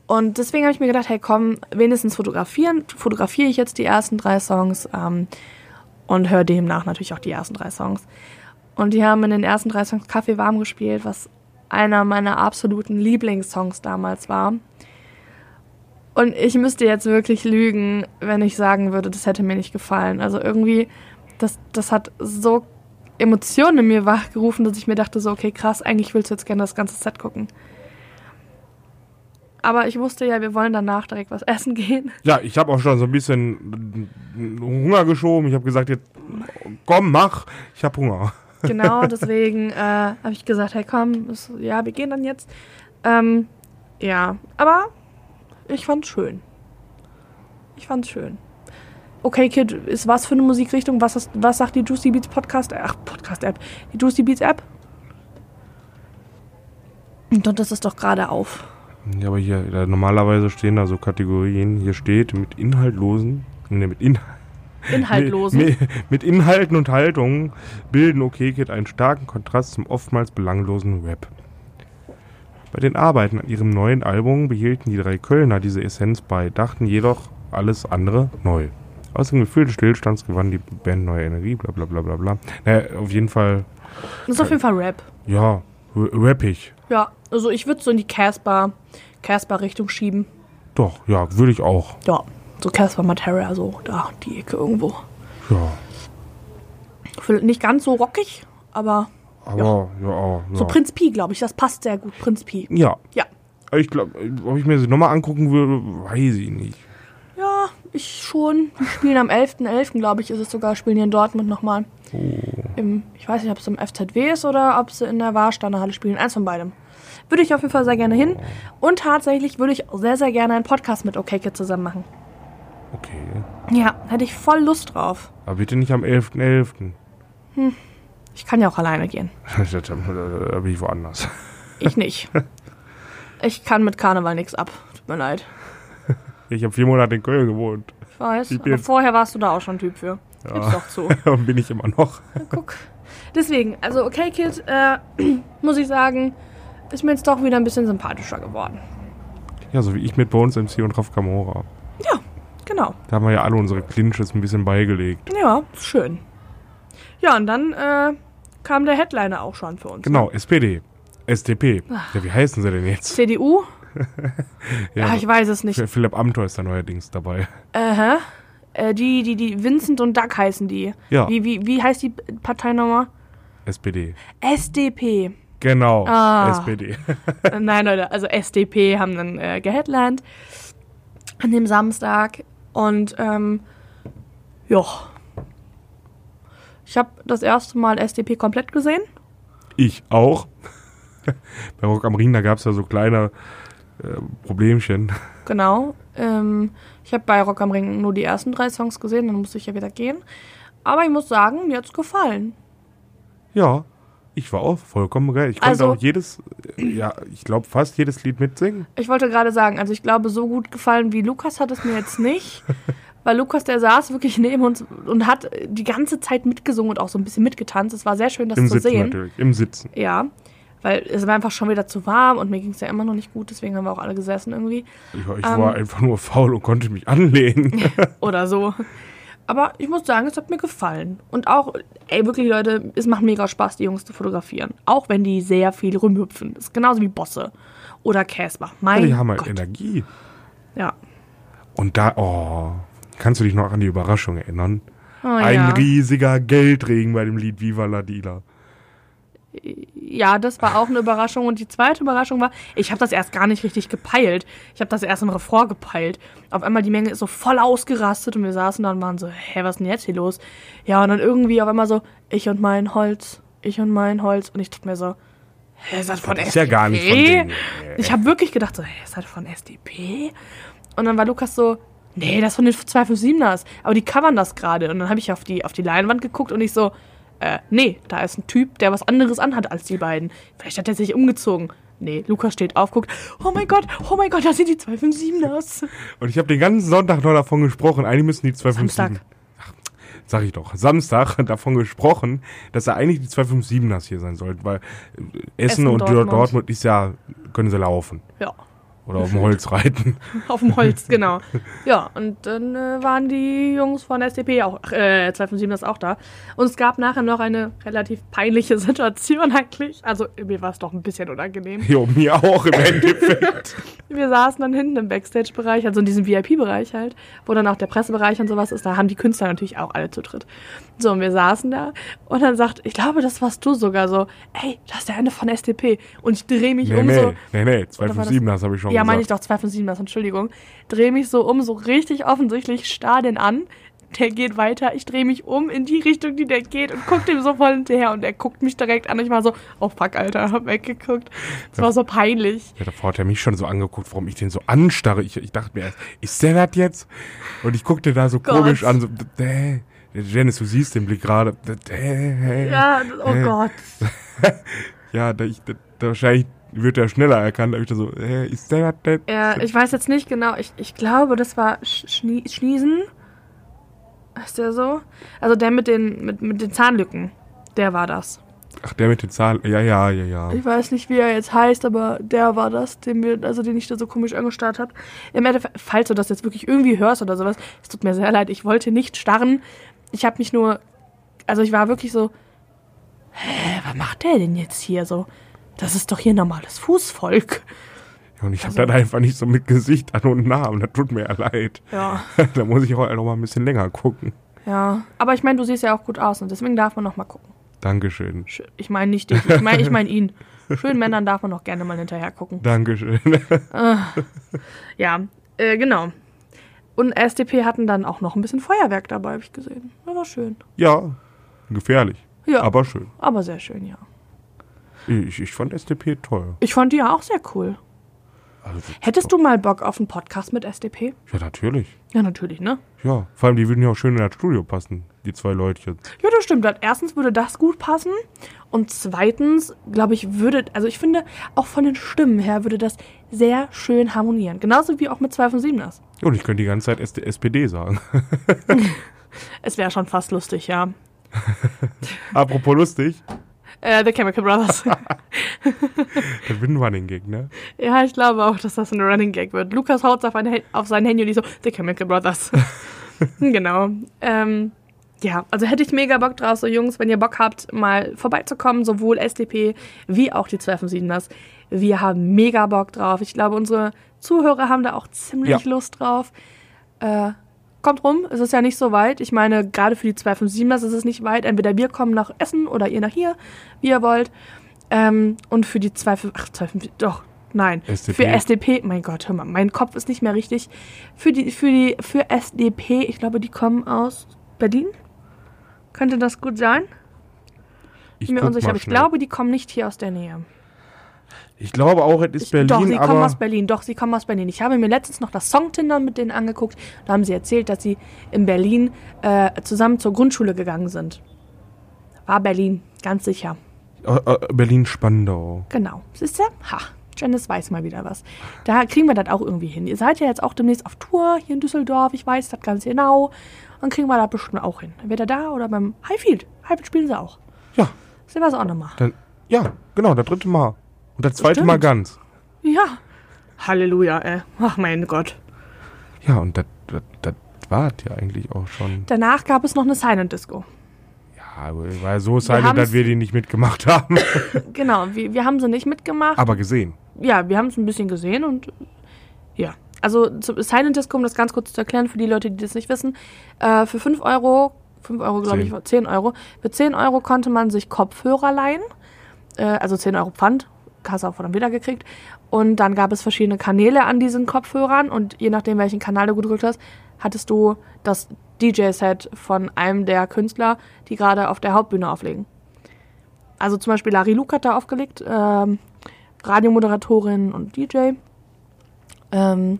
B: und deswegen habe ich mir gedacht, hey komm, wenigstens fotografieren. Fotografiere ich jetzt die ersten drei Songs ähm, und höre demnach natürlich auch die ersten drei Songs. Und die haben in den ersten drei Songs Kaffee warm gespielt, was einer meiner absoluten Lieblingssongs damals war. Und ich müsste jetzt wirklich lügen, wenn ich sagen würde, das hätte mir nicht gefallen. Also irgendwie, das, das hat so Emotionen in mir wachgerufen, dass ich mir dachte, so, okay, krass, eigentlich willst du jetzt gerne das ganze Set gucken. Aber ich wusste ja, wir wollen danach direkt was essen gehen.
A: Ja, ich habe auch schon so ein bisschen Hunger geschoben. Ich habe gesagt, jetzt komm, mach, ich habe Hunger.
B: Genau, deswegen äh, habe ich gesagt, hey komm, ist, ja, wir gehen dann jetzt. Ähm, ja, aber ich fand's schön. Ich fand's schön. Okay, Kid, ist was für eine Musikrichtung? Was, hast, was sagt die Juicy Beats Podcast? Ach, Podcast-App. Die Juicy Beats App? Und das ist doch gerade auf.
A: Ja, aber hier, da, normalerweise stehen da so Kategorien. Hier steht mit inhaltlosen, ne, mit, in,
B: Inhaltlosen.
A: mit, mit Inhalten und Haltungen bilden Okay Kid einen starken Kontrast zum oftmals belanglosen Rap. Bei den Arbeiten an ihrem neuen Album behielten die drei Kölner diese Essenz bei, dachten jedoch alles andere neu. Aus dem Gefühl des Stillstands gewann die Band neue Energie, bla bla bla bla bla. Naja, auf jeden Fall,
B: Das ist auf jeden Fall Rap.
A: ja, r- rappig.
B: Ja, also ich würde so in die Casper, Casper-Richtung schieben.
A: Doch, ja, würde ich auch.
B: Ja, so Casper Materia, so da, die Ecke irgendwo.
A: Ja.
B: Vielleicht Nicht ganz so rockig, aber
A: Aber, ja, ja.
B: so Prinz Pi, glaube ich. Das passt sehr gut, Prinz Pi.
A: ja.
B: Ja,
A: Ich glaube, ob ich mir sie nochmal angucken würde, weiß ich nicht.
B: ja, ich schon. Die spielen am 11.11., glaube ich, ist es sogar, spielen hier in Dortmund nochmal. Im, ich weiß nicht, ob es im FZW ist oder ob sie in der Warsteiner Halle spielen. Eins von beidem. Würde ich auf jeden Fall sehr gerne hin. Und tatsächlich würde ich auch sehr, sehr gerne einen Podcast mit OKKid zusammen machen.
A: Okay.
B: Ja, hätte ich voll Lust drauf.
A: Aber bitte nicht am 11.11.
B: Ich kann ja auch alleine gehen.
A: da bin ich woanders.
B: Ich nicht. ich kann mit Karneval nichts ab. Tut mir leid.
A: Ich habe vier Monate in Köln gewohnt.
B: Ich weiß.
A: Ich bin
B: aber
A: jetzt-
B: vorher warst du da auch schon Typ für. Ja. Gib's doch zu.
A: Und bin ich immer noch.
B: Guck. Deswegen, also okay, Kid, äh, muss ich sagen, ist mir jetzt doch wieder ein bisschen sympathischer geworden.
A: Ja, so wie ich mit Bones MC und Raf Kamora.
B: Ja, genau.
A: Da haben wir ja alle unsere Clinches ein bisschen beigelegt.
B: Ja, ist schön. Ja, und dann äh, kam der Headliner auch schon für uns.
A: Genau, SPD. SDP. Ja, wie heißen sie denn jetzt?
B: CDU?
A: Ja,
B: Ach, ich weiß es nicht.
A: Philipp Amthor ist da neuerdings dabei.
B: Äh, äh, die, die, die, Vincent und Duck heißen die.
A: Ja.
B: Wie, wie, wie heißt die Partei nochmal?
A: SPD.
B: SDP.
A: Genau,
B: Ah.
A: SPD.
B: Äh, Nein, Leute, also SDP haben dann äh, geheadlined an dem Samstag. Und ähm, ja. Ich habe das erste Mal SDP komplett gesehen.
A: Ich auch. Bei Rock am Ring, da gab es ja so kleine äh, Problemchen.
B: Genau. Ähm, ich habe bei Rock am Ring nur die ersten drei Songs gesehen, dann musste ich ja wieder gehen. Aber ich muss sagen, mir hat's gefallen.
A: Ja, ich war auch vollkommen begeistert. Ich konnte
B: Also-
A: auch jedes, äh, ja, ich glaube fast jedes Lied mitsingen.
B: Ich wollte gerade sagen, also ich glaube, so gut gefallen wie Lukas hat es mir jetzt nicht. Weil Lukas, der saß wirklich neben uns und hat die ganze Zeit mitgesungen und auch so ein bisschen mitgetanzt. Es war sehr schön, das
A: Im
B: zu
A: Sitzen
B: sehen.
A: natürlich. Im Sitzen.
B: Ja, weil es war einfach schon wieder zu warm und mir ging es ja immer noch nicht gut, deswegen haben wir auch alle gesessen irgendwie
A: Ich, ich
B: Ähm.
A: war einfach nur faul und konnte mich anlehnen.
B: oder so. Aber ich muss sagen, es hat mir gefallen. Und auch, ey, wirklich Leute, es macht mega Spaß, die Jungs zu fotografieren. Auch wenn die sehr viel rumhüpfen. Das ist genauso wie Bosse oder Casper. Mein
A: Die haben halt
B: Gott.
A: Energie.
B: Ja.
A: Und da, oh, kannst du dich noch an die Überraschung erinnern?
B: Oh,
A: Ein
B: ja.
A: riesiger Geldregen bei dem Lied Viva la Dila.
B: ja, das war auch eine Überraschung. Und die zweite Überraschung war, ich habe das erst gar nicht richtig gepeilt. Ich habe das erst im Refrain gepeilt. Auf einmal die Menge ist so voll ausgerastet und wir saßen da und waren so, hä, was ist denn jetzt hier los? Ja, und dann irgendwie auf einmal so, ich und mein Holz, ich und mein Holz. Und ich dachte mir so, hä, ist das von
A: Das ist ja
B: SDP?
A: gar nicht von denen.
B: Ich habe wirklich gedacht so, hä, ist das von SDP? Und dann war Lukas so, nee, das ist von den 257ers. Aber die covern das gerade. Und dann habe ich auf die, auf die Leinwand geguckt und ich so, äh, nee, da ist ein Typ, der was anderes anhat als die beiden. Vielleicht hat er sich umgezogen. Nee, Lukas steht auf, guckt, oh mein Gott, oh mein Gott, das sind die 257ers.
A: Und ich habe den ganzen Sonntag noch davon gesprochen, eigentlich müssen die 257.
B: Samstag.
A: Ach, Sag ich doch, Samstag davon gesprochen, dass er eigentlich die 257ers hier sein sollten, weil äh, Essen,
B: Essen,
A: und
B: Dortmund.
A: Dortmund. Dortmund ist ja, können sie laufen.
B: Ja,
A: Oder auf dem Holz reiten.
B: Auf dem Holz, genau. Ja, und dann äh, waren die Jungs von der SDP auch, ach, äh, 257 ist auch da. Und es gab nachher noch eine relativ peinliche Situation eigentlich. Also mir war es doch ein bisschen unangenehm.
A: Jo, mir auch im Endeffekt.
B: Wir saßen dann hinten im Backstage-Bereich, also in diesem VIP-Bereich halt, wo dann auch der Pressebereich und sowas ist. Da haben die Künstler natürlich auch alle Zutritt. So, und wir saßen da und dann sagt, ich glaube, das warst du sogar so, ey, das ist der eine von SDP. Und ich drehe mich
A: Nee,
B: um
A: nee,
B: so.
A: nee, nee, 257,
B: Oder war
A: das habe ich schon
B: Ja,
A: gesagt.
B: meine ich doch, 2 von 7, das, Entschuldigung. Dreh mich so um, so richtig offensichtlich, starr den an. Der geht weiter, ich drehe mich um in die Richtung, die der geht und guck dem so voll hinterher und er guckt mich direkt an. Ich war so, oh fuck, Alter, hab weggeguckt. Das war so peinlich.
A: Ja, davor hat er mich schon so angeguckt, warum ich den so anstarre. Ich, ich dachte mir erst, ist der das jetzt? Und ich guckte da so
B: Gott.
A: komisch an, so, äh, Janice, du siehst den Blick gerade. Äh,
B: Ja, oh
A: äh.
B: Gott.
A: Ja, da, ich, da, da wahrscheinlich wird er schneller erkannt. Da hab ich dann so, äh, ist der das jetzt?
B: Ja, ich weiß jetzt nicht genau, ich, ich glaube, das war Sch Schnie Schniesen. Ist der so? Also der mit den, mit, mit den Zahnlücken, der war das.
A: Ach, der mit den Zahlen. Ja, ja, ja, ja.
B: Ich weiß nicht, wie er jetzt heißt, aber der war das, den wir, also den ich da so komisch angestarrt habe. Im Endeffekt, falls du das jetzt wirklich irgendwie hörst oder sowas, es tut mir sehr leid, ich wollte nicht starren. Ich habe mich nur, also ich war wirklich so, hä, was macht der denn jetzt hier so? Das ist doch hier normales Fußvolk.
A: Und ich
B: Also
A: habe das einfach nicht so mit Gesicht an und Namen. Das tut mir ja leid.
B: Ja.
A: da muss ich auch noch mal ein bisschen länger gucken.
B: Ja. Aber ich meine, du siehst ja auch gut aus und deswegen darf man noch mal gucken.
A: Dankeschön.
B: Sch- Ich meine nicht dich, ich meine ich mein ihn. Schönen Männern darf man noch gerne mal hinterher gucken.
A: Dankeschön.
B: Ja, äh, genau. Und SDP hatten dann auch noch ein bisschen Feuerwerk dabei, habe ich gesehen. Das war schön.
A: ja, gefährlich.
B: Ja.
A: Aber schön.
B: Aber sehr schön, ja.
A: Ich, ich fand SDP toll.
B: Ich fand die ja auch sehr cool.
A: Also,
B: Hättest du mal Bock auf einen Podcast mit SDP?
A: Ja, natürlich.
B: Ja, natürlich, ne?
A: Ja, vor allem die würden ja auch schön in das Studio passen, die zwei Leutchen.
B: Ja, das stimmt. Erstens würde das gut passen. Und zweitens, glaube ich, würde, also ich finde, auch von den Stimmen her würde das sehr schön harmonieren. Genauso wie auch mit 2 von 7 das.
A: Und ich könnte die ganze Zeit SD SPD sagen.
B: Es wäre schon fast lustig, ja.
A: Apropos lustig,
B: Äh, The Chemical Brothers.
A: das bin war den Gig, ne?
B: ja, ich glaube auch, dass das ein Running Gag wird. Lukas haut auf, ein, Hel- auf sein Handy und ich so, The Chemical Brothers. genau. Ähm, ja, also hätte ich mega Bock drauf, so Jungs, wenn ihr Bock habt, mal vorbeizukommen, sowohl SDP wie auch die 257ers. Wir haben mega Bock drauf. Ich glaube, unsere Zuhörer haben da auch ziemlich
A: Ja.
B: Lust drauf. Äh, kommt rum, es ist ja nicht so weit. Ich meine, gerade für die 257ers ist es nicht weit. Entweder wir kommen nach Essen oder ihr nach hier, wie ihr wollt. Ähm, und für die 257, doch, nein.
A: SDP.
B: Für SDP, mein Gott, hör mal, mein Kopf ist nicht mehr richtig. Für die, für die, für SDP, ich glaube, die kommen aus Berlin. Könnte das gut sein?
A: Ich
B: Bin mir
A: guck
B: unsicher,
A: mal
B: aber ich
A: schnell.
B: glaube, die kommen nicht hier aus der Nähe.
A: Ich glaube auch, es ist Berlin,
B: doch, sie kommen
A: aber
B: aus Berlin. Doch, sie kommen aus Berlin. Ich habe mir letztens noch das Songtinder mit denen angeguckt. Da haben sie erzählt, dass sie in Berlin äh, zusammen zur Grundschule gegangen sind. War Berlin, ganz sicher.
A: Äh, äh, Berlin-Spandau.
B: Genau. Siehst du? Ha, Janice weiß mal wieder was. Da kriegen wir das auch irgendwie hin. Ihr seid ja jetzt auch demnächst auf Tour hier in Düsseldorf. Ich weiß das ganz genau. Dann kriegen wir das bestimmt auch hin. Entweder da oder beim Highfield. Highfield spielen sie auch.
A: Ja,
B: Sehen wir es auch nochmal.
A: dann, ja, genau, das dritte Mal. Und das zweite
B: Stimmt.
A: Mal ganz.
B: Ja. Halleluja, ey. Ach mein Gott.
A: Ja, und das, das, das war ja eigentlich auch schon.
B: Danach gab es noch eine Silent Disco.
A: Ja, war so silent,
B: haben's-
A: dass wir die nicht mitgemacht haben.
B: Genau, wir, wir haben sie nicht mitgemacht.
A: aber gesehen.
B: ja, wir haben es ein bisschen gesehen und äh, ja. Also zu- Silent Disco, um das ganz kurz zu erklären, für die Leute, die das nicht wissen, äh, für 5 Euro, 5 Euro glaube ich,
A: Zehn.
B: war 10 Euro, für 10 Euro konnte man sich Kopfhörer leihen, äh, also 10 Euro Pfand, Kasse auch dann wieder gekriegt. Und dann gab es verschiedene Kanäle an diesen Kopfhörern und je nachdem, welchen Kanal du gedrückt hast, hattest du das DJ-Set von einem der Künstler, die gerade auf der Hauptbühne auflegen. Also zum Beispiel Larry Luke hat da aufgelegt, ähm, Radiomoderatorin und DJ. Ähm,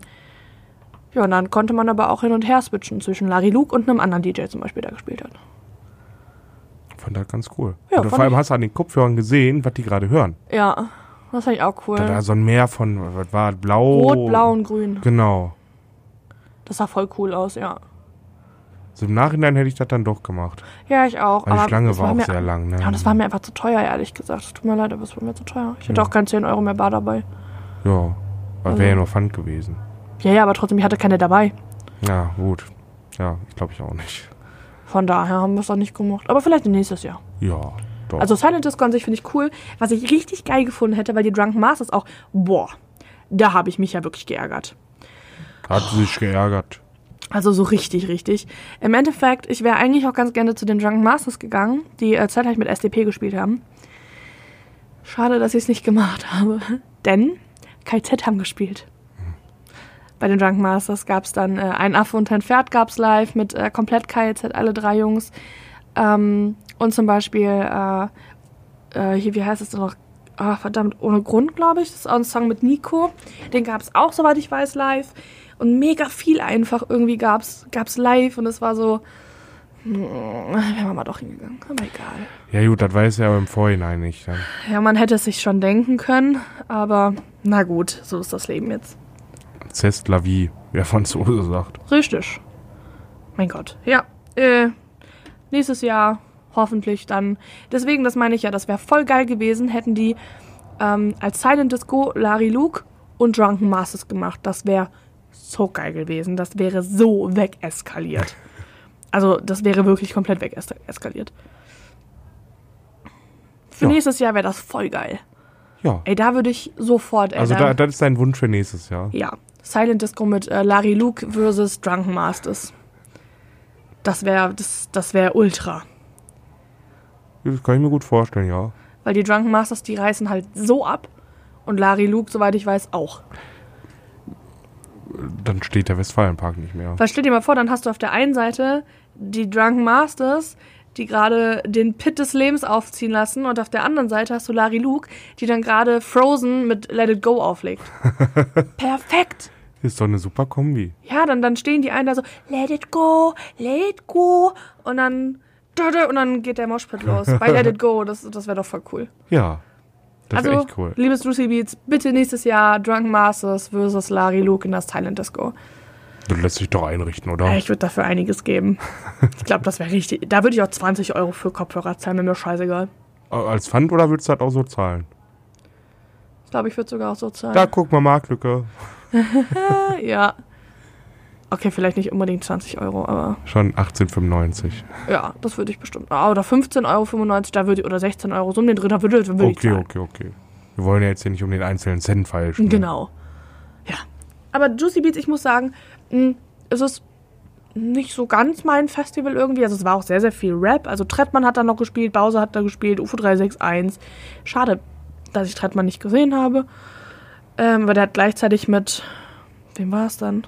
B: ja, und dann konnte man aber auch hin und her switchen zwischen Larry Luke und einem anderen DJ zum Beispiel, der gespielt hat.
A: Fand das ganz cool.
B: Ja,
A: und
B: fand
A: vor allem
B: ich-
A: hast du an den Kopfhörern gesehen, was die gerade hören.
B: Ja, das fand ich auch cool.
A: Da war so ein Meer von, was war das? blau?
B: Rot, blau und grün.
A: Genau.
B: Das sah voll cool aus, ja.
A: So im Nachhinein hätte ich das dann doch gemacht.
B: Ja, ich auch.
A: Weil die
B: aber
A: Schlange
B: das
A: war auch
B: mir,
A: sehr lang, ne?
B: Ja, und das war mir einfach zu teuer, ehrlich gesagt. Es tut mir leid, aber es war mir zu teuer. Ich hätte auch kein 10 Euro mehr Bar dabei.
A: Ja. Weil
B: Ähm.
A: wäre ja nur Pfand gewesen.
B: Ja, ja, aber trotzdem, ich hatte keine dabei.
A: Ja, gut. Ja, ich glaube ich auch nicht.
B: Von daher haben wir es auch nicht gemacht. Aber vielleicht nächstes Jahr.
A: Ja, doch.
B: Also Silent Disco an sich finde ich cool. Was ich richtig geil gefunden hätte, weil die Drunken Masters auch, boah, da habe ich mich ja wirklich geärgert.
A: Hat sie sich geärgert.
B: Also so richtig, richtig. Im Endeffekt, ich wäre eigentlich auch ganz gerne zu den Drunken Masters gegangen, die äh, zeitgleich mit SDP gespielt haben. Schade, dass ich es nicht gemacht habe. Denn KZ haben gespielt. Bei den Drunken Masters gab es dann äh, ein Affe und ein Pferd gab's live mit äh, komplett KZ, alle drei Jungs. Ähm, und zum Beispiel, äh, äh, hier, wie heißt es denn noch? Ah, verdammt, ohne Grund, glaube ich. Das ist auch ein Song mit Nico. Den gab es auch, soweit ich weiß, live. Und mega viel einfach irgendwie gab es gab's live. Und es war so, mm, wären wir mal doch hingegangen. Aber egal.
A: Ja, gut, das weiß er aber im Vorhinein nicht. Dann.
B: Ja, man hätte es sich schon denken können. Aber na gut, so ist das Leben jetzt.
A: C'est la vie, wie der Franzose sagt.
B: Richtig. Mein Gott. Ja. Äh, nächstes Jahr hoffentlich dann. Deswegen, das meine ich ja, das wäre voll geil gewesen, hätten die ähm, als Silent Disco Larry Luke und Drunken Masters gemacht. Das wäre so geil gewesen. Das wäre so wegeskaliert. Also, das wäre wirklich komplett wegeskaliert. Für
A: Ja.
B: nächstes Jahr wäre das voll geil.
A: Ja.
B: Ey, da würde ich sofort. Ey,
A: Also,
B: dann-
A: da, das ist dein Wunsch für nächstes Jahr.
B: ja, Silent Disco mit äh, Larry Luke versus Drunken Masters. Das wäre das, das wär ultra.
A: Das kann ich mir gut vorstellen, ja.
B: Weil die Drunken Masters, die reißen halt so ab. Und Larry Luke, soweit ich weiß, auch.
A: Dann steht der Westfalenpark nicht mehr.
B: Weil stell dir mal vor, dann hast du auf der einen Seite die Drunken Masters, die gerade den Pit des Lebens aufziehen lassen. Und auf der anderen Seite hast du Larry Luke, die dann gerade Frozen mit Let It Go auflegt. Perfekt!
A: Ist doch eine super Kombi.
B: Ja, dann, dann stehen die einen da so, let it go, let it go. Und dann, dö, dö, und dann geht der Moshpit los. Bei let it go, das, das wäre doch voll cool.
A: Ja. Das wäre
B: also,
A: echt cool.
B: liebes Lucy Beats, bitte nächstes Jahr Drunken Masters versus Larry Luke in das Thailand Disco.
A: Das lässt sich doch einrichten,
B: Äh,
A: oder?
B: Ich würde dafür einiges geben. Ich glaube, das wäre richtig. Da würde ich auch 20 Euro für Kopfhörer zahlen, mir mir scheißegal.
A: Als Pfand oder würdest du das auch so zahlen?
B: Ich glaube, ich würde sogar auch so zahlen.
A: Da guck mal, Marktlücke.
B: Äh, ja. Okay, vielleicht nicht unbedingt 20 Euro, aber
A: Schon 1895.
B: ja, das würde ich bestimmt. Ah, Oder 15,95 Euro, da würde ich, oder 16 Euro, so um den dritten, da würde, würde ich
A: Okay,
B: zahlen.
A: okay, okay. Wir wollen ja jetzt hier nicht um den einzelnen Cent feilschen. ne?
B: Genau. Ja. Aber Juicy Beats, ich muss sagen, mh, es ist nicht so ganz mein Festival irgendwie. Also es war auch sehr, sehr viel Rap. Also Trettmann hat da noch gespielt, Bowser hat da gespielt, UFO 361. Schade, dass ich Trettmann nicht gesehen habe. Ähm, weil der hat gleichzeitig mit. Wem war es dann?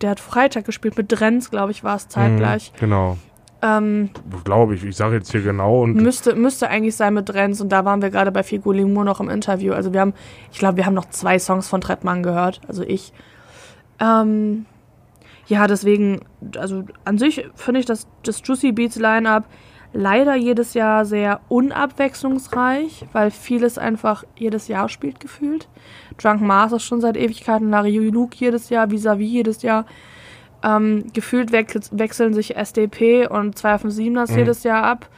B: Der hat Freitag gespielt, mit Drenz, glaube ich, war es zeitgleich.
A: Mhm, genau.
B: Ähm,
A: Glaube ich. Ich sage jetzt hier genau und
B: Müsste, müsste eigentlich sein mit Renz und da waren wir gerade bei Figur Limur noch im Interview. Also wir haben, ich glaube, wir haben noch zwei Songs von Trettmann gehört, also ich. Ähm, ja, deswegen, also an sich finde ich das, das Juicy Beats Line-Up leider jedes Jahr sehr unabwechslungsreich, weil vieles einfach jedes Jahr spielt gefühlt. Drunken Mars ist schon seit Ewigkeiten, Larry Luke jedes Jahr, Vis-a-vis jedes Jahr. Ähm, gefühlt wech- wechseln sich SDP und 257 das
A: Mhm.
B: jedes Jahr ab.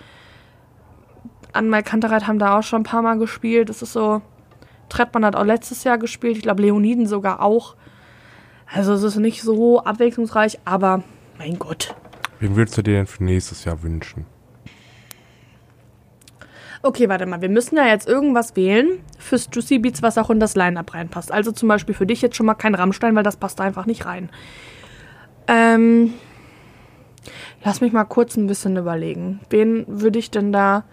B: An Mike Kantereit haben da auch schon ein paar Mal gespielt. Das ist so. Trettmann hat auch letztes Jahr gespielt. Ich glaube, Leoniden sogar auch. Also, es ist nicht so abwechslungsreich, aber mein Gott.
A: wen würdest du dir denn für nächstes Jahr wünschen?
B: Okay, warte mal. Wir müssen ja jetzt irgendwas wählen fürs Juicy Beats, was auch in das Line-Up reinpasst. Also, zum Beispiel für dich jetzt schon mal kein Rammstein, weil das passt da einfach nicht rein. Ähm. Lass mich mal kurz ein bisschen überlegen. Wen würde ich denn da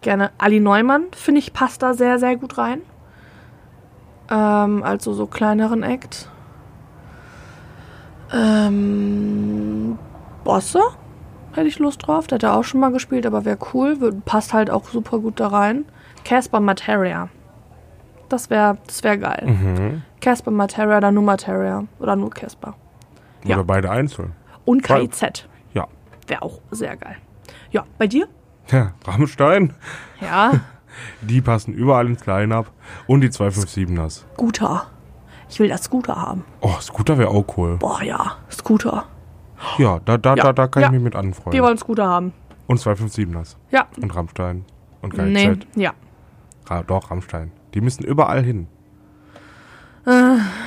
B: gerne? Ali Neumann, finde ich, passt da sehr, sehr gut rein. Ähm, also so kleineren Act. Ähm, Bosse hätte ich Lust drauf. Der hat ja auch schon mal gespielt, aber wäre cool. Wür- passt halt auch super gut da rein. Casper Materia. Das wäre das wär geil.
A: Mhm.
B: Casper Materia oder nur Materia. Oder nur Casper. Ja.
A: Oder beide einzeln?
B: Und
A: Voll.
B: KIZ.
A: Ja.
B: Wäre auch sehr geil. Ja, bei dir?
A: Ja, Rammstein,
B: Ja,
A: die passen überall ins Line-Up. Und die 257ers.
B: Scooter. Ich will das Scooter haben.
A: Oh, Scooter wäre auch cool.
B: Boah, ja, Scooter.
A: Ja, da, da,
B: Ja.
A: da, da kann
B: Ja.
A: ich mich mit
B: Wir
A: anfreunden.
B: wollen Scooter haben.
A: Und 257ers.
B: Ja.
A: Und Rammstein. Und Ah, KZ.
B: Nee, ja.
A: Ra doch, Rammstein. Die müssen überall hin.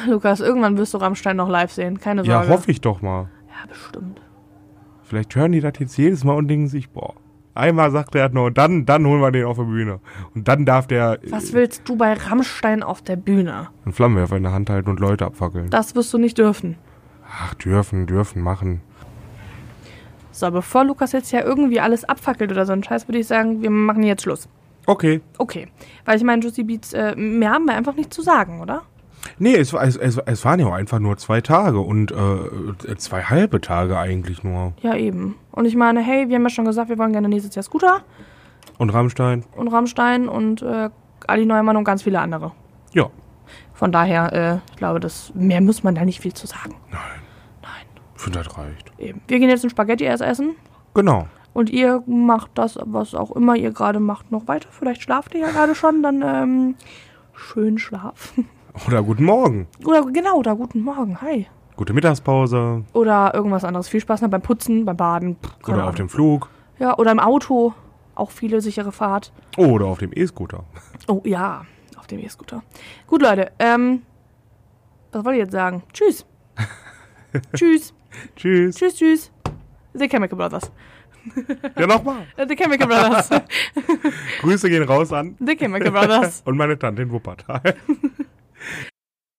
B: Lukas, irgendwann wirst du Rammstein noch live sehen. Keine
A: Ja,
B: Sorge.
A: hoffe ich doch mal.
B: Ja, bestimmt.
A: Vielleicht hören die das jetzt jedes Mal und denken sich, boah, einmal sagt er das noch und dann, dann holen wir den auf die Bühne. Und dann darf der äh,
B: Was willst du bei Rammstein auf der Bühne?
A: einen Flammenwerfer in der Hand halten und Leute abfackeln.
B: Das wirst du nicht dürfen.
A: Ach, dürfen, dürfen, machen.
B: So, bevor Lukas jetzt ja irgendwie alles abfackelt oder so einen Scheiß, würde ich sagen, wir machen jetzt Schluss.
A: Okay.
B: Okay. Weil ich meine, Juicy Beats, äh, mehr haben wir einfach nicht zu sagen, oder?
A: Nee, es, war- es, es, es waren ja auch einfach nur zwei Tage und äh, zwei halbe Tage eigentlich nur.
B: Ja, eben. Und ich meine, hey, wir haben ja schon gesagt, wir wollen gerne nächstes Jahr Scooter
A: Und Rammstein?
B: und Rammstein und äh, Ali Neumann und ganz viele andere.
A: Ja.
B: Von daher, äh, ich glaube, das mehr muss man da nicht viel zu sagen.
A: Nein,
B: Nein,
A: ich finde das reicht.
B: eben. Wir gehen jetzt ein Spaghetti erst essen
A: Genau.
B: und ihr macht das, was auch immer ihr gerade macht, noch weiter. Vielleicht schlaft ihr ja gerade schon, dann ähm, schön Schlaf.
A: Oder guten Morgen.
B: Oder genau, da guten Morgen, hi.
A: Gute Mittagspause.
B: Oder irgendwas anderes. Viel Spaß noch beim Putzen, beim Baden. Pff, keine
A: Oder auf
B: Ahnung.
A: dem Flug.
B: Ja, oder im Auto. Auch viele sichere Fahrt.
A: Oder auf dem E-Scooter.
B: Oh ja, auf dem E-Scooter. Gut, Leute, ähm, was wollte ich jetzt sagen? Tschüss. tschüss.
A: Tschüss.
B: Tschüss, tschüss. The Chemical Brothers.
A: Ja, nochmal.
B: Äh, The Chemical Brothers.
A: Grüße gehen raus an
B: The Chemical Brothers.
A: und meine Tante in Wuppertal.